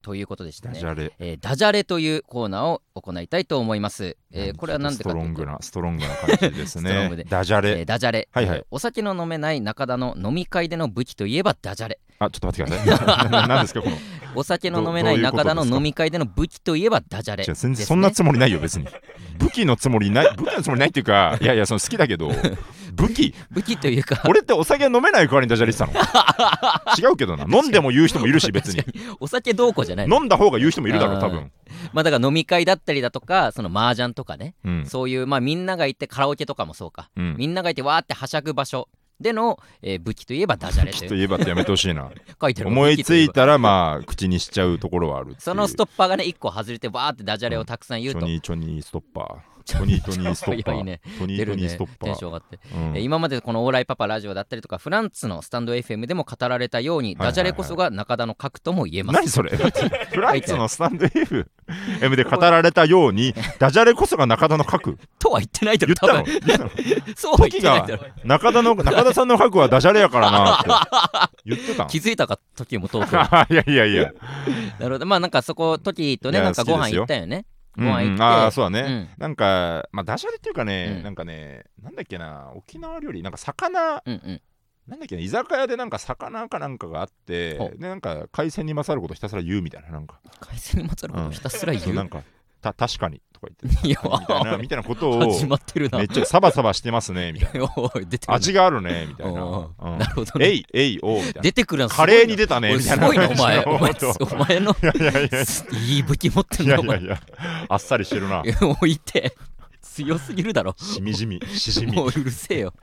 Speaker 1: ということでして
Speaker 2: ダ
Speaker 1: ね
Speaker 2: ジャレ
Speaker 1: えーダジャレというコーナーを行いたいと思います、えーこれは何でか
Speaker 2: ス
Speaker 1: と
Speaker 2: トロ
Speaker 1: い
Speaker 2: ン
Speaker 1: うと
Speaker 2: グなストロングな感じです
Speaker 1: ストロング
Speaker 2: ね
Speaker 1: で
Speaker 2: ダジャ
Speaker 1: え
Speaker 2: レ
Speaker 1: ーダジャレ、
Speaker 2: はいはい
Speaker 1: えーお酒の飲めない中田の飲み会での武器といえばダジャレ
Speaker 2: あちょっと待ってくださいな何ですかこの
Speaker 1: お酒の飲めない中田の飲み会での武器といえばダジャレ
Speaker 2: じ
Speaker 1: で
Speaker 2: ゃ
Speaker 1: す、
Speaker 2: 全
Speaker 1: ね、
Speaker 2: 然そんなつもりないよ別に武器のつもりない武器のつもりないっていうかいやいやその好きだ けど武器
Speaker 1: 武器というか
Speaker 2: 俺ってお酒飲めない代わりにダジャレしてたの違うけどな飲んでも言う人もいるし別に
Speaker 1: お酒どうこうじゃないの
Speaker 2: 飲んだ方が言う人もいるだろう多分
Speaker 1: まあだから飲み会だったりだとかその麻雀とかね、
Speaker 2: うん
Speaker 1: そういうまあみんながいてカラオケとかもそうか、
Speaker 2: うん
Speaker 1: みんながいてわーってはしゃぐ場所での、えー武器といえばダジャレ
Speaker 2: き
Speaker 1: と
Speaker 2: っ
Speaker 1: い
Speaker 2: と
Speaker 1: う
Speaker 2: 言えばってやめてほし いな
Speaker 1: 書いてる
Speaker 2: 思いつい
Speaker 1: 武器とえば
Speaker 2: たらまあ口にしちゃうところはあるっていう
Speaker 1: そのストッパーがね1個外れてわーってダジャレをたくさん
Speaker 2: チ
Speaker 1: 言うと、
Speaker 2: ョニーチョニーストッパートニートニースト
Speaker 1: ちょっ
Speaker 2: ッパ
Speaker 1: と早い
Speaker 2: ー
Speaker 1: ね
Speaker 2: トニー
Speaker 1: 出
Speaker 2: ト
Speaker 1: る
Speaker 2: ニー
Speaker 1: ね
Speaker 2: ストッパ
Speaker 1: テンショ
Speaker 2: ー
Speaker 1: ン上がって
Speaker 2: うん
Speaker 1: えー今までこの「オーライパパラジオ」だったりとかフランツのスタンド FM でも語られたように
Speaker 2: はいはいは
Speaker 1: ダ
Speaker 2: い
Speaker 1: ジャレこそが中田の核とも言えます。
Speaker 2: 何 それフランツのスタンド FM で語られたよ うにダジャレこそが中田の核
Speaker 1: とは言ってないだ
Speaker 2: 言
Speaker 1: ろ多
Speaker 2: ったの
Speaker 1: 分
Speaker 2: 言ったの
Speaker 1: そうは言
Speaker 2: 時
Speaker 1: ってない
Speaker 2: が
Speaker 1: だろ
Speaker 2: 中田 の中田さんの核はダジャレやからなって言ってたん
Speaker 1: 気づいたか時もと うとう
Speaker 2: いやいやいや、
Speaker 1: なるほどまあなんかそこ時とね
Speaker 2: いや
Speaker 1: なんかご
Speaker 2: 好
Speaker 1: 飯
Speaker 2: きですよ
Speaker 1: 行ったよね
Speaker 2: う
Speaker 1: ご
Speaker 2: ん
Speaker 1: 飯行って、
Speaker 2: ああそうだね、
Speaker 1: うん
Speaker 2: なんか、まあ、ダジャレっていうかね、
Speaker 1: うん
Speaker 2: なんかね、なんだっけな、沖縄料理、なんか
Speaker 1: う
Speaker 2: 魚
Speaker 1: んうん
Speaker 2: なんだっけな居酒屋でなんか魚かなんかがあって
Speaker 1: ほ
Speaker 2: でなんか海鮮に勝ることひたすら言うみたいななんか
Speaker 1: 海鮮にまつわることをひたすら
Speaker 2: そう
Speaker 1: 言う、
Speaker 2: なんかた確かにとか 言って
Speaker 1: いや
Speaker 2: みたいなみたいなことを
Speaker 1: 始まってるな
Speaker 2: めっちゃサバサバしてますね みたい
Speaker 1: おい出てくる
Speaker 2: な味があるねみたいな、
Speaker 1: おう
Speaker 2: う
Speaker 1: なんなるほどね
Speaker 2: えいえいおうみたいな
Speaker 1: 出てくるのすご
Speaker 2: カ
Speaker 1: いな
Speaker 2: レーに出たね
Speaker 1: おい
Speaker 2: みた
Speaker 1: す
Speaker 2: いな
Speaker 1: ごいなお前お前
Speaker 2: そう
Speaker 1: お前の
Speaker 2: いやいやいや
Speaker 1: いい武器持ってん
Speaker 2: いや
Speaker 1: ないお
Speaker 2: や
Speaker 1: 前
Speaker 2: いやあっさりしてるな
Speaker 1: 置いて強すぎるだろ
Speaker 2: しみじみしじみ
Speaker 1: もううるせえよ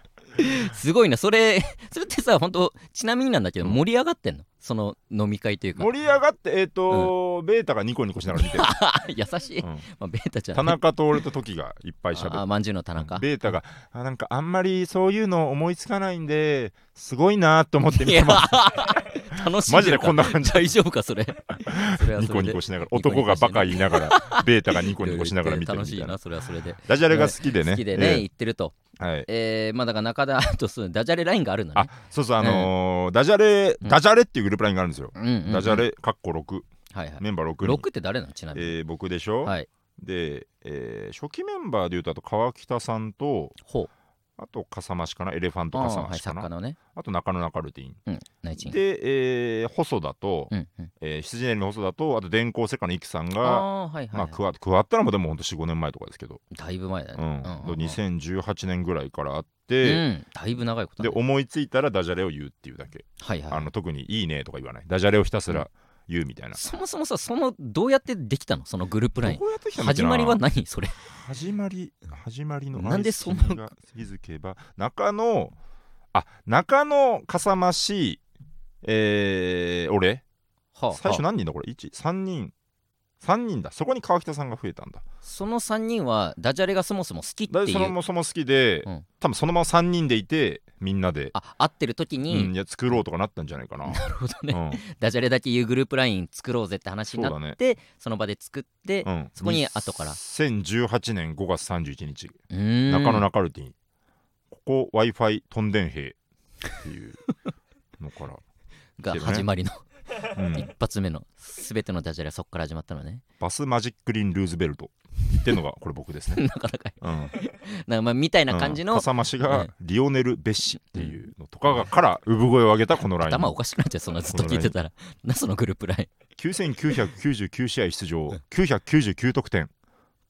Speaker 1: すごいなそれそれってさ本当ちなみになんだけど
Speaker 2: うん
Speaker 1: 盛り上がってんのその飲み会というか
Speaker 2: 盛り上がってえっ、と、ベータがニコニコしながら見てる、
Speaker 1: 優しい、
Speaker 2: うん
Speaker 1: まあ、ベータちゃん
Speaker 2: 田中と俺とトキがいっぱい喋って
Speaker 1: あまんじゅうの田中
Speaker 2: ベータがあなんかあんまりそういうの思いつかないんですごいなと思って見てます
Speaker 1: いや 楽しんでるか
Speaker 2: マジでこんな感じ
Speaker 1: 大丈夫かそれそれは
Speaker 2: ニ
Speaker 1: そ
Speaker 2: コ
Speaker 1: れ
Speaker 2: ニ
Speaker 1: で
Speaker 2: コしながら
Speaker 1: ニコニコ
Speaker 2: 男がバカ言いながらベータがニコニコしながら見てる
Speaker 1: 楽
Speaker 2: み
Speaker 1: したい
Speaker 2: いな
Speaker 1: なそれはそれで
Speaker 2: ダジャレが好きでね
Speaker 1: 好きでね、
Speaker 2: え
Speaker 1: 言ってると
Speaker 2: えはい
Speaker 1: えー、まあだから中田とそのダジャレラインがあるんだ
Speaker 2: あ
Speaker 1: ね
Speaker 2: そうそうあのーダジャレダジャレっていうグループラインがあるんですよ、
Speaker 1: うんうんうん
Speaker 2: ダジャレかっこ6
Speaker 1: はいはい
Speaker 2: メンバー6人
Speaker 1: 6って誰なのちなみに、
Speaker 2: えー僕でしょ、
Speaker 1: はい
Speaker 2: で、えー初期メンバーでいうとあと川北さんと
Speaker 1: ほう
Speaker 2: あと笠間氏かなエレファント
Speaker 1: あ
Speaker 2: 笠
Speaker 1: ーは
Speaker 2: 間
Speaker 1: い
Speaker 2: 氏か
Speaker 1: 作
Speaker 2: な、
Speaker 1: 家のね
Speaker 2: あと中野中ルティン
Speaker 1: うんナイチンゲ
Speaker 2: で、えー細田と、
Speaker 1: うんうん
Speaker 2: えー羊ネイルの細田とあと電光石火のイクさん
Speaker 1: あ
Speaker 2: が
Speaker 1: あはいはい、
Speaker 2: まあ加わ加わったのもでもほんと45年前とかですけど、
Speaker 1: だいぶ前だ
Speaker 2: う
Speaker 1: ね、
Speaker 2: ん
Speaker 1: うんうんうん
Speaker 2: 2018年ぐらいからあっ
Speaker 1: う
Speaker 2: て、
Speaker 1: ん、だいぶ長いこと
Speaker 2: で
Speaker 1: だね
Speaker 2: 思いついたらダジャレを言うっていうだけ、
Speaker 1: はいはい
Speaker 2: あの特に「いいね」とか言わないダジャレをひたすら言うみたいな、
Speaker 1: そもそもさそのどうやってできたのそのグループライン
Speaker 2: どうやってきたんだっけ
Speaker 1: 始
Speaker 2: な
Speaker 1: まりは何それ
Speaker 2: 始まり始まりの
Speaker 1: なんでそんな
Speaker 2: 愛が気づけば中野あ中野かさましえー、俺
Speaker 1: はあ
Speaker 2: 最初
Speaker 1: はあ
Speaker 2: 何人だこれ13人3人だそこに川北さんが増えたんだ
Speaker 1: その3人はダジャレがそもそも好きって
Speaker 2: だ
Speaker 1: い
Speaker 2: その
Speaker 1: う
Speaker 2: もそも好きで、
Speaker 1: うん
Speaker 2: 多分そのまま3人でいてみんなで、
Speaker 1: あ合ってる時
Speaker 2: うん
Speaker 1: に、
Speaker 2: いや作ろうとかなったんじゃないかな、
Speaker 1: なるほど
Speaker 2: う
Speaker 1: ね、
Speaker 2: ん
Speaker 1: ダジャレだけ言うグループライン作ろうぜって話になってそ,、の場で作って、
Speaker 2: う ん、
Speaker 1: そこに後から
Speaker 2: 2018年5月31日
Speaker 1: うーん
Speaker 2: 中野中ルティンここ w i f i 飛んでん兵っていう のから
Speaker 1: が始まりの
Speaker 2: うん
Speaker 1: 一、発目の全てのダジャレはそこから始まったのね
Speaker 2: バスマジックリン・ルーズベルトっていうのがこれ僕ですね。
Speaker 1: なかなか
Speaker 2: うん、
Speaker 1: なんかまあみたいな感じの、
Speaker 2: 笠間氏
Speaker 1: う
Speaker 2: が
Speaker 1: ん
Speaker 2: リオネル・ベッシっていうのとかがから産声を上げたこのライン
Speaker 1: 頭おかしくなっちゃうそんなずっと聞いてたらなそのグループライ
Speaker 2: 9999試合出場999得点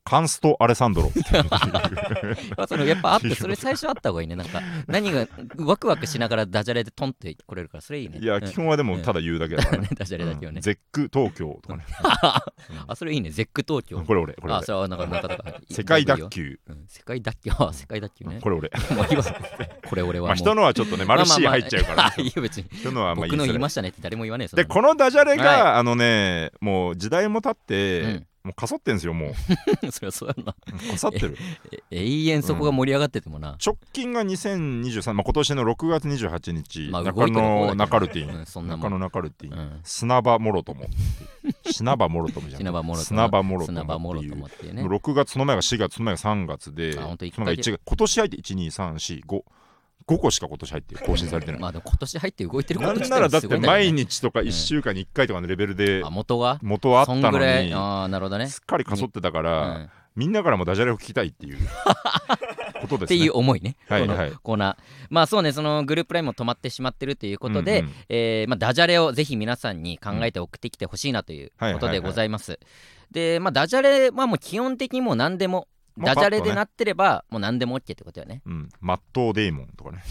Speaker 2: カンスト・アレサン ドロ
Speaker 1: ン まあそのやっぱあってそれ最初あった方がいいねなんか何がワクワクしながらダジャレでトンってこれるからそれいいね
Speaker 2: いや
Speaker 1: うん
Speaker 2: 基本はでもただ言うだけだからね
Speaker 1: ダジャレだけは
Speaker 2: う
Speaker 1: ね
Speaker 2: ん、ゼック東京とかね
Speaker 1: あそれいいねゼック東京
Speaker 2: これ俺これ
Speaker 1: あ
Speaker 2: 俺
Speaker 1: それはなんか中田が
Speaker 2: 世界
Speaker 1: いいよ
Speaker 2: 卓球
Speaker 1: うん世界脱臼あ世界脱臼ね
Speaker 2: これ俺
Speaker 1: もう言わこれ俺は
Speaker 2: ま
Speaker 1: も
Speaker 2: あ
Speaker 1: う
Speaker 2: 人のはちょっとねマルシー入っちゃう
Speaker 1: ま
Speaker 2: か
Speaker 1: あまあ
Speaker 2: ら
Speaker 1: まあいいよ別に
Speaker 2: 人のはあんま
Speaker 1: 僕の
Speaker 2: づら
Speaker 1: 言い
Speaker 2: い
Speaker 1: ましたねって誰も言わねえよそんな
Speaker 2: で
Speaker 1: の
Speaker 2: このダジャレが、
Speaker 1: は
Speaker 2: あのねもう時代も経って、
Speaker 1: うん
Speaker 2: もうかさってんですよもう
Speaker 1: それはそうやな
Speaker 2: かさって る
Speaker 1: え永遠そこが盛り上がっててもな、
Speaker 2: 直近が2023、まあ、今年の6月28日、
Speaker 1: まあ動
Speaker 2: 中
Speaker 1: いてる方だけ
Speaker 2: 野
Speaker 1: ど
Speaker 2: 中ルティ
Speaker 1: う
Speaker 2: ン、
Speaker 1: ん、そんなも
Speaker 2: 中
Speaker 1: ん
Speaker 2: 野中ルティン、
Speaker 1: うん
Speaker 2: 砂場もろとも砂場もろともじゃ
Speaker 1: 砂
Speaker 2: ん
Speaker 1: 場もろとも
Speaker 2: 砂場もろとも
Speaker 1: 砂場もろ
Speaker 2: って
Speaker 1: と
Speaker 2: いう
Speaker 1: もっていうね
Speaker 2: 6月その前が4月その前が3月で
Speaker 1: あほんと一
Speaker 2: その前
Speaker 1: 回
Speaker 2: が
Speaker 1: で
Speaker 2: 1月今年入って12345 5個しか今年入って更新されてない、
Speaker 1: まあでも今年入って動いてるこ
Speaker 2: な
Speaker 1: と
Speaker 2: ん
Speaker 1: 自
Speaker 2: な
Speaker 1: 体
Speaker 2: ら
Speaker 1: が
Speaker 2: だっ
Speaker 1: すご
Speaker 2: て
Speaker 1: いんだ
Speaker 2: 毎
Speaker 1: よね
Speaker 2: 日とか1週間に1回とかのレベルで
Speaker 1: あ元が
Speaker 2: 元はあっ
Speaker 1: そ
Speaker 2: た
Speaker 1: ん
Speaker 2: の
Speaker 1: ぐらい
Speaker 2: に
Speaker 1: ああなるほどね、
Speaker 2: すっかりかそってたから、
Speaker 1: うん
Speaker 2: みんなからもダジャレを聞きたいっていうこと
Speaker 1: っ
Speaker 2: です
Speaker 1: て
Speaker 2: ね。
Speaker 1: いう思いね、
Speaker 2: はい
Speaker 1: この
Speaker 2: はい
Speaker 1: コーナーまあそうねそのグループラインも止まってしまってるということで、
Speaker 2: うんうん
Speaker 1: えーまあ、ダジャレをぜひ皆さんに考えて送ってきてほしいなということでございます、で、まあ、ダジャレはもう基本的にもう何でも
Speaker 2: もうパ
Speaker 1: ダ
Speaker 2: ッ
Speaker 1: ジ
Speaker 2: とね
Speaker 1: ャレでなってればもう何でも OK ってことよね
Speaker 2: うん、マット・デイモンとかね。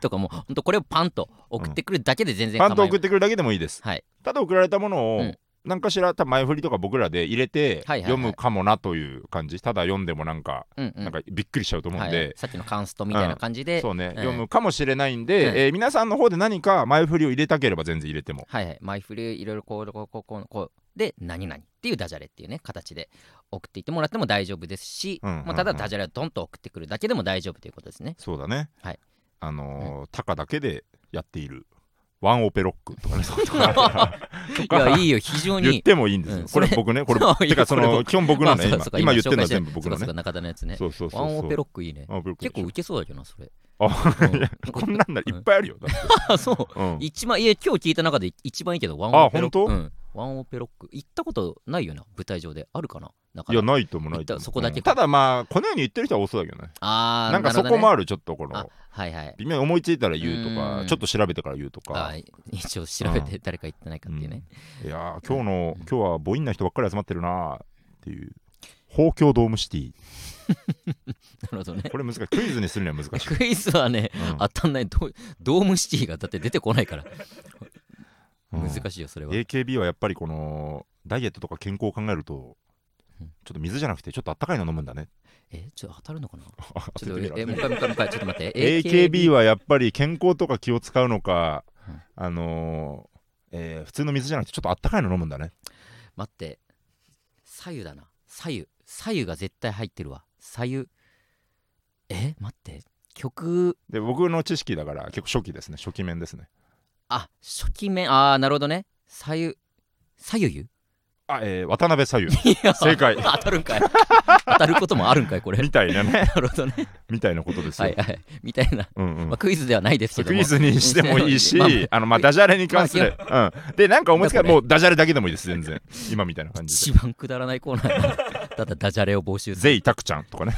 Speaker 1: とかもうほんとこれをパンと送ってくるだけで全然
Speaker 2: パンと
Speaker 1: 構い
Speaker 2: 送
Speaker 1: ま
Speaker 2: ってくるだけでもいいです。
Speaker 1: はい
Speaker 2: ただ送られたものを、
Speaker 1: うん
Speaker 2: 何かしら多分前振りとか僕らで入れて
Speaker 1: はいはいはい
Speaker 2: 読むかもなという感じ、ただ読んでもなんか、
Speaker 1: うんうん
Speaker 2: なんかびっくりしちゃうと思うんで、
Speaker 1: はい、さっきのカンストみたいな感じで、
Speaker 2: そうね、
Speaker 1: ん
Speaker 2: 読むかもしれないんで、
Speaker 1: うん
Speaker 2: えー皆さんの方で何か前振りを入れたければ全然入れても
Speaker 1: はいはい、マイフルいろいろこうこうこうこうこうで何々っていうダジャレっていうね形で送っていってもらっても大丈夫ですし、
Speaker 2: うんうんうん
Speaker 1: まあ、ただダジャレをドンと送ってくるだけでも大丈夫ということですね。
Speaker 2: そうだね、
Speaker 1: はい
Speaker 2: あのータカだけでやっているワンオペロック とかねそうとか
Speaker 1: い
Speaker 2: か
Speaker 1: やいいよ非常
Speaker 2: 言っ
Speaker 1: に。
Speaker 2: てもいいんですよ、
Speaker 1: うん
Speaker 2: これ
Speaker 1: それ
Speaker 2: 僕ねこ
Speaker 1: いや
Speaker 2: れてかそ
Speaker 1: これ
Speaker 2: の
Speaker 1: 僕
Speaker 2: 基本僕なのね
Speaker 1: まあ
Speaker 2: 今
Speaker 1: そうか
Speaker 2: 今言ってるのは
Speaker 1: 紹介
Speaker 2: 全
Speaker 1: し
Speaker 2: 部
Speaker 1: そ
Speaker 2: 僕
Speaker 1: う
Speaker 2: の
Speaker 1: かそ
Speaker 2: ね
Speaker 1: うか中田のやつね。
Speaker 2: そうそうそう
Speaker 1: ワンオペ
Speaker 2: ロ
Speaker 1: ロックいいね。
Speaker 2: ック
Speaker 1: 結構
Speaker 2: でしょ
Speaker 1: 受けそうだけどなそれ。
Speaker 2: あ
Speaker 1: うん
Speaker 2: いや こんなんならいっぱいあるよだって
Speaker 1: あそう。
Speaker 2: うん
Speaker 1: 一番いや今日聞いた中で一番いいけどワン
Speaker 2: あ
Speaker 1: オペロック。
Speaker 2: 本当
Speaker 1: うんワンオペロック行ったことないよな舞台上であるかななか
Speaker 2: いやないともない
Speaker 1: 行
Speaker 2: と
Speaker 1: っ
Speaker 2: も
Speaker 1: たそこだけ
Speaker 2: うんただまあこのように言ってる人は多そうだけどね
Speaker 1: あー
Speaker 2: なんかそこもあるちょっとこ
Speaker 1: なる
Speaker 2: の
Speaker 1: ほどねあはいはい
Speaker 2: 微妙に思いついたら言うと
Speaker 1: う
Speaker 2: か
Speaker 1: ん
Speaker 2: ちょっと調べてから言うと
Speaker 1: あ
Speaker 2: か
Speaker 1: ー一応調べて誰か行ってないかっていうね、
Speaker 2: いやー今日の今日はボインな人ばっかり集まってるなーっていう豊京ドーム シティ
Speaker 1: なるほどね
Speaker 2: これ難しいクイズにする には難しい
Speaker 1: クイズはね、
Speaker 2: うん
Speaker 1: 当たんないドドームシティがだって出てこないから、
Speaker 2: うん
Speaker 1: 難しいよそれは
Speaker 2: AKB はやっぱりこのダイエットとか健康を考えると
Speaker 1: うん
Speaker 2: ちょっと水じゃなくてちょっとあったかいの飲むんだね
Speaker 1: えちょっと当たるのかな
Speaker 2: あ
Speaker 1: ちょっ
Speaker 2: 当ててみ
Speaker 1: と
Speaker 2: ろ
Speaker 1: えもう一回もう一回もう一回ちょっと待って
Speaker 2: AKB はやっぱり健康とか気を使うのか
Speaker 1: うん、
Speaker 2: あのーえー普通の水じゃなくてちょっとあったかいの飲むんだね
Speaker 1: 待って左右だな左右左右が絶対入ってるわ左右え待って曲
Speaker 2: で僕の知識だから結構初期ですね初期面ですね
Speaker 1: あ初期面ああなるほどね左右左右湯
Speaker 2: あ、えー渡辺左右
Speaker 1: いや
Speaker 2: 正解
Speaker 1: 当たるんかい当たることもあるんかいこれ
Speaker 2: みたいなね
Speaker 1: なるほどね
Speaker 2: みたいなことですよ、
Speaker 1: はいはいみたいな、
Speaker 2: うんうん
Speaker 1: まあ、クイズではないですけど
Speaker 2: ク
Speaker 1: も
Speaker 2: イズにしてもいい し、
Speaker 1: まあ
Speaker 2: あのまあダジャレに関する、うん、でなんか思いつ
Speaker 1: なん
Speaker 2: か
Speaker 1: かね
Speaker 2: もうダジャレだけでもいいです全然今みたいな感じ
Speaker 1: 一
Speaker 2: で
Speaker 1: 番くだらないコーナー やなただダジャレを募集する
Speaker 2: ゼイタクちゃん とかね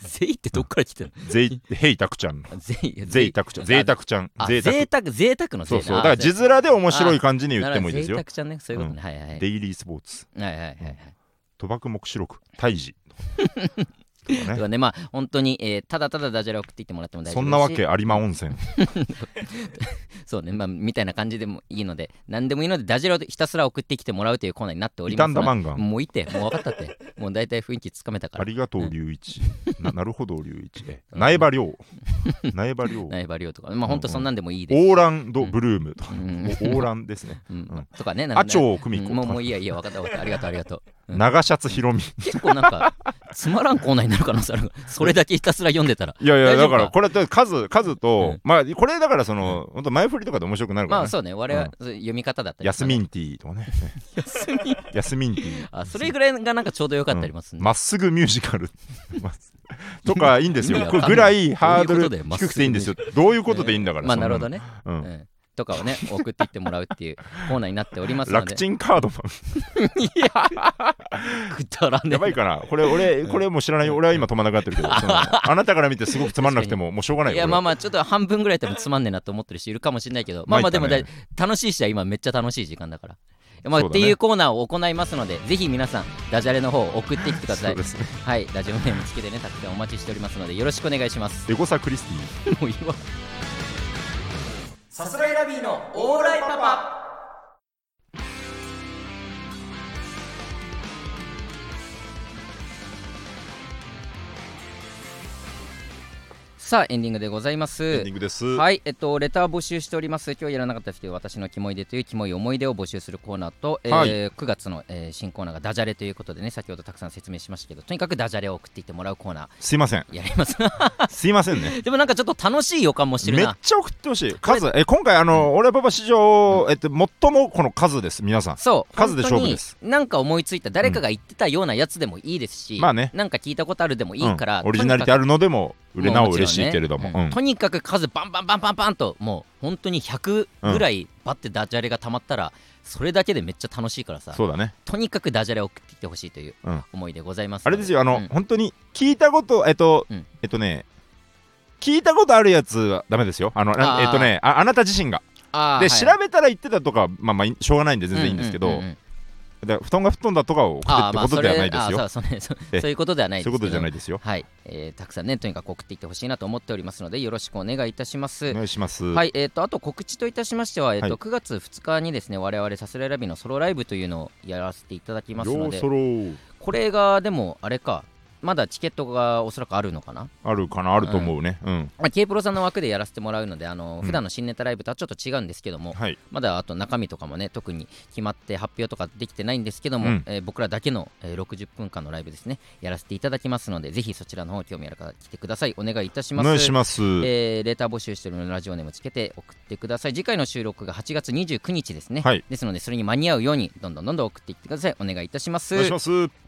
Speaker 1: ゼイってどっから来てる
Speaker 2: ゼイヘイタクちゃん
Speaker 1: のゼイ
Speaker 2: ゼイタクちゃんゼイタクちゃん
Speaker 1: あ
Speaker 2: ゼイタク
Speaker 1: 贅沢贅沢の
Speaker 2: そ
Speaker 1: 贅
Speaker 2: うそ
Speaker 1: 沢
Speaker 2: うだから字面で面白い感じに言ってもいいです
Speaker 1: 贅
Speaker 2: よ
Speaker 1: 沢ちゃんねそういうことね、はいはいはい
Speaker 2: デイリースポーツ
Speaker 1: はいはいはいはい
Speaker 2: 賭博目視録胎児と
Speaker 1: だ
Speaker 2: か
Speaker 1: か
Speaker 2: ね
Speaker 1: らねまあ本当に、えーただただダジャレ送っていってもらっても大丈夫で
Speaker 2: そ
Speaker 1: すし
Speaker 2: んなわけ有馬温泉
Speaker 1: そうねまあみたいな感じでもいいので何でもいいのでダジャレをひたすら送ってきてもらうというコーナーになっております
Speaker 2: 傷んだマンガン
Speaker 1: もういいってもう分かったってもう大体雰囲気つかめたか
Speaker 2: あ
Speaker 1: ら
Speaker 2: りがとう龍一な なるほど龍一え苗 場涼苗場涼
Speaker 1: 苗場亮とかまあ本当そんなんでもいいですし
Speaker 2: オーランドブルームとか
Speaker 1: う
Speaker 2: オ
Speaker 1: ん
Speaker 2: ーランですね
Speaker 1: うん、とかね なんか
Speaker 2: 阿
Speaker 1: ね
Speaker 2: 長久美
Speaker 1: うんもうも
Speaker 2: 子
Speaker 1: ういいやいいや分かった分かったありがとうありがとううん
Speaker 2: 長シャツひろみ
Speaker 1: 結構なんかつまらんコーナーになる可能性 あるからそれだけひたすら読んでたら
Speaker 2: いやいや
Speaker 1: 大丈夫
Speaker 2: だ
Speaker 1: か
Speaker 2: からこれって数数
Speaker 1: う
Speaker 2: と
Speaker 1: ん
Speaker 2: まあこれだからその本当前振りとかで面白くなるか
Speaker 1: ま
Speaker 2: ら
Speaker 1: あ
Speaker 2: ね
Speaker 1: そうね我々は読み方だったり
Speaker 2: ヤスミンティー とかね
Speaker 1: 休み
Speaker 2: ヤスミンティー
Speaker 1: あそれぐらいがなんかちょうどよかったりますね、
Speaker 2: まっすぐミュージカ ルまっすとかいいんです
Speaker 1: 意
Speaker 2: よ
Speaker 1: 味わ
Speaker 2: こ
Speaker 1: かん
Speaker 2: れ
Speaker 1: ない
Speaker 2: ぐらいハード
Speaker 1: どういうことだよ
Speaker 2: ル
Speaker 1: まっすぐ
Speaker 2: 低くていいんですよどういうことでいいんだから
Speaker 1: まあ
Speaker 2: そん
Speaker 1: な
Speaker 2: な
Speaker 1: る
Speaker 2: の
Speaker 1: ほどね、
Speaker 2: うん
Speaker 1: うん、とかを ね送っていってもらうっていうコーナーになっておりますの
Speaker 2: 楽
Speaker 1: で
Speaker 2: ちんカードマン
Speaker 1: くだらねえ
Speaker 2: やばい かなこれ俺これもう知らない俺は今止まんなくなってるけどそのあなたから見てすごくつまんなくてももうしょうがない
Speaker 1: い
Speaker 2: よ
Speaker 1: や
Speaker 2: 俺
Speaker 1: まあ
Speaker 2: は
Speaker 1: まあちょっと半分ぐらいでもつまんねえなと思ってる人いるかもしれないけどまあまあでもだい
Speaker 2: 参った
Speaker 1: 楽しいしは今めっちゃ楽しい時間だから。まあ
Speaker 2: そう
Speaker 1: っ
Speaker 2: だ
Speaker 1: て
Speaker 2: ね
Speaker 1: いうコーナーを行いますのでぜひ皆さんダジャレの方を送ってきてくださ
Speaker 2: そ
Speaker 1: いう
Speaker 2: ですね
Speaker 1: はいラジオネームつけてねたくさんお待ちしておりますのでよろしくお願いします
Speaker 2: エゴサクリスティ
Speaker 1: もういいわさすらいラビーのオーライパパさあエンディングでございます
Speaker 2: エンディングです
Speaker 1: はい、えっと、レター募集しております。今日やらなかったですけど、私のキモいでというキモい思い出を募集するコーナーと、えー
Speaker 2: はい
Speaker 1: 9月の、えー新コーナーがダジャレということでね、先ほどたくさん説明しましたけど、とにかくダジャレを送っていってもらうコーナ
Speaker 2: すいません
Speaker 1: ーやります。
Speaker 2: すいませんね
Speaker 1: でもなんかちょっと楽しい予感もしてる
Speaker 2: めっ
Speaker 1: な。
Speaker 2: ちゃ送ってほしい数え今回あの俺はパパ史上えっと最もこの数です皆さん
Speaker 1: そう
Speaker 2: 数で勝負です
Speaker 1: 本当になんか思いついた誰かが言ってたようなやつでもいいですし、
Speaker 2: うんまあね
Speaker 1: なんか聞いたことあるでもいいから、
Speaker 2: うんオリジナリティあるのでも売れなお嬉しいけれども
Speaker 1: う
Speaker 2: うん
Speaker 1: んとにかく数バンバンバンバンバンともう本当に100ぐらいバッてダジャレがたまったら、それだけでめっちゃ楽しいからさ
Speaker 2: そうだね
Speaker 1: とにかくダジャレを送ってきてほしいという
Speaker 2: うん
Speaker 1: 思いでございます、
Speaker 2: あれですよあの、
Speaker 1: うん
Speaker 2: 本当に聞いたことえっと、
Speaker 1: うん
Speaker 2: えっとね聞いたことあるやつはダメですよあのな
Speaker 1: あー
Speaker 2: えっとねああなた自身が
Speaker 1: あー
Speaker 2: で、
Speaker 1: はい
Speaker 2: 調べたら言ってたとかまあまあいしょうがないんで全然いいんですけど、
Speaker 1: うううんうん
Speaker 2: だから布団が布団だとかを送って
Speaker 1: あ
Speaker 2: っ
Speaker 1: ー
Speaker 2: て
Speaker 1: ま
Speaker 2: こ
Speaker 1: あそ
Speaker 2: と
Speaker 1: れ
Speaker 2: ではないですよ、
Speaker 1: あーそうそうねそ
Speaker 2: え
Speaker 1: そういうことではないです
Speaker 2: そういうことじゃないいですよ
Speaker 1: はい、えーたくさんねとにかく送っていってほしいなと思っておりますのでよろしくお願いいたします、
Speaker 2: お願いします、
Speaker 1: はい、えー、とあと告知といたしましては、えーと
Speaker 2: はい
Speaker 1: 9月2日にですね我々さすらいラビのソロライブというのをやらせていただきます
Speaker 2: よ
Speaker 1: の
Speaker 2: う
Speaker 1: で
Speaker 2: そろ
Speaker 1: これがでもあれかまだチケットがおそらくあるのかな
Speaker 2: あるかなあると思うねうん、
Speaker 1: まあ K プロさんの枠でやらせてもらうのであの
Speaker 2: うん
Speaker 1: 普段の新ネタライブとはちょっと違うんですけども、
Speaker 2: はい
Speaker 1: まだあと中身とかもね特に決まって発表とかできてないんですけども、
Speaker 2: うん
Speaker 1: えー僕らだけの、えー60分間のライブですねやらせていただきますのでぜひそちらの方興味ある方来てくださいお願いいたし
Speaker 2: お
Speaker 1: ます
Speaker 2: 願いします、
Speaker 1: えーレーター募集してるのでラジオネームつけて送ってください次回の収録が8月29日ですね、
Speaker 2: はい
Speaker 1: ですのでそれに間に合うようにどんどんどんどん送っていってくださいお願いいたします
Speaker 2: お願いします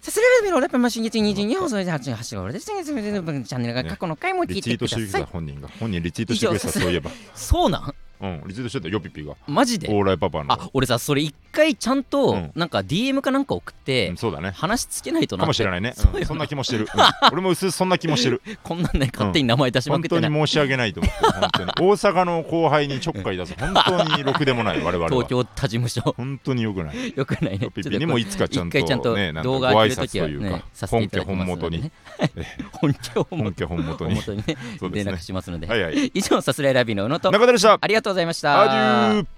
Speaker 1: さすらいラビのラップマシン月22放送で8発信ですねチャンネルが過去の回も聞
Speaker 2: リ
Speaker 1: い
Speaker 2: ツ
Speaker 1: て
Speaker 2: イー
Speaker 1: く
Speaker 2: ト
Speaker 1: だ
Speaker 2: し
Speaker 1: さい、
Speaker 2: てくれた本人が本人リツイートしてくれた
Speaker 1: 以上
Speaker 2: そういえば
Speaker 1: そうなん
Speaker 2: うんリツイートしてたよピッピが
Speaker 1: マジで
Speaker 2: オーライパパの
Speaker 1: あ俺さそれ一回ちゃん
Speaker 2: う
Speaker 1: と
Speaker 2: ん
Speaker 1: なんか DM かなんか送って、
Speaker 2: うんそうだね
Speaker 1: 話つけないとな
Speaker 2: かもしれ
Speaker 1: い
Speaker 2: ないね
Speaker 1: そうよ
Speaker 2: う
Speaker 1: ね
Speaker 2: んそんな気もしてる うん俺も薄々そんな気もしてる
Speaker 1: こんなんね勝手に名前 出しま
Speaker 2: 本
Speaker 1: くっ
Speaker 2: 当
Speaker 1: て
Speaker 2: に
Speaker 1: ない、
Speaker 2: 申し訳ないと思って本当に大阪の後輩にちょっかい出す本当にろくでもない我々
Speaker 1: 東
Speaker 2: は
Speaker 1: 京他事務所
Speaker 2: 本当によくない
Speaker 1: よくないね
Speaker 2: ピッピにもいつかちゃん
Speaker 1: 一回ちゃん
Speaker 2: と
Speaker 1: と
Speaker 2: ねなんか
Speaker 1: 動
Speaker 2: ご
Speaker 1: 画上
Speaker 2: 挨
Speaker 1: げるとき
Speaker 2: 拶
Speaker 1: は
Speaker 2: という
Speaker 1: ね
Speaker 2: か
Speaker 1: させて
Speaker 2: 本
Speaker 1: いた
Speaker 2: 家
Speaker 1: だき
Speaker 2: 本
Speaker 1: ますの
Speaker 2: 元
Speaker 1: で
Speaker 2: に
Speaker 1: ね本家本
Speaker 2: 本
Speaker 1: 元
Speaker 2: 家本元
Speaker 1: 本
Speaker 2: に
Speaker 1: 元にね
Speaker 2: そう
Speaker 1: 連
Speaker 2: ですね
Speaker 1: 絡しますので
Speaker 2: はいはい
Speaker 1: 以上さすらいラビーの宇野と
Speaker 2: 中田でした
Speaker 1: ありがとうございました
Speaker 2: アデュー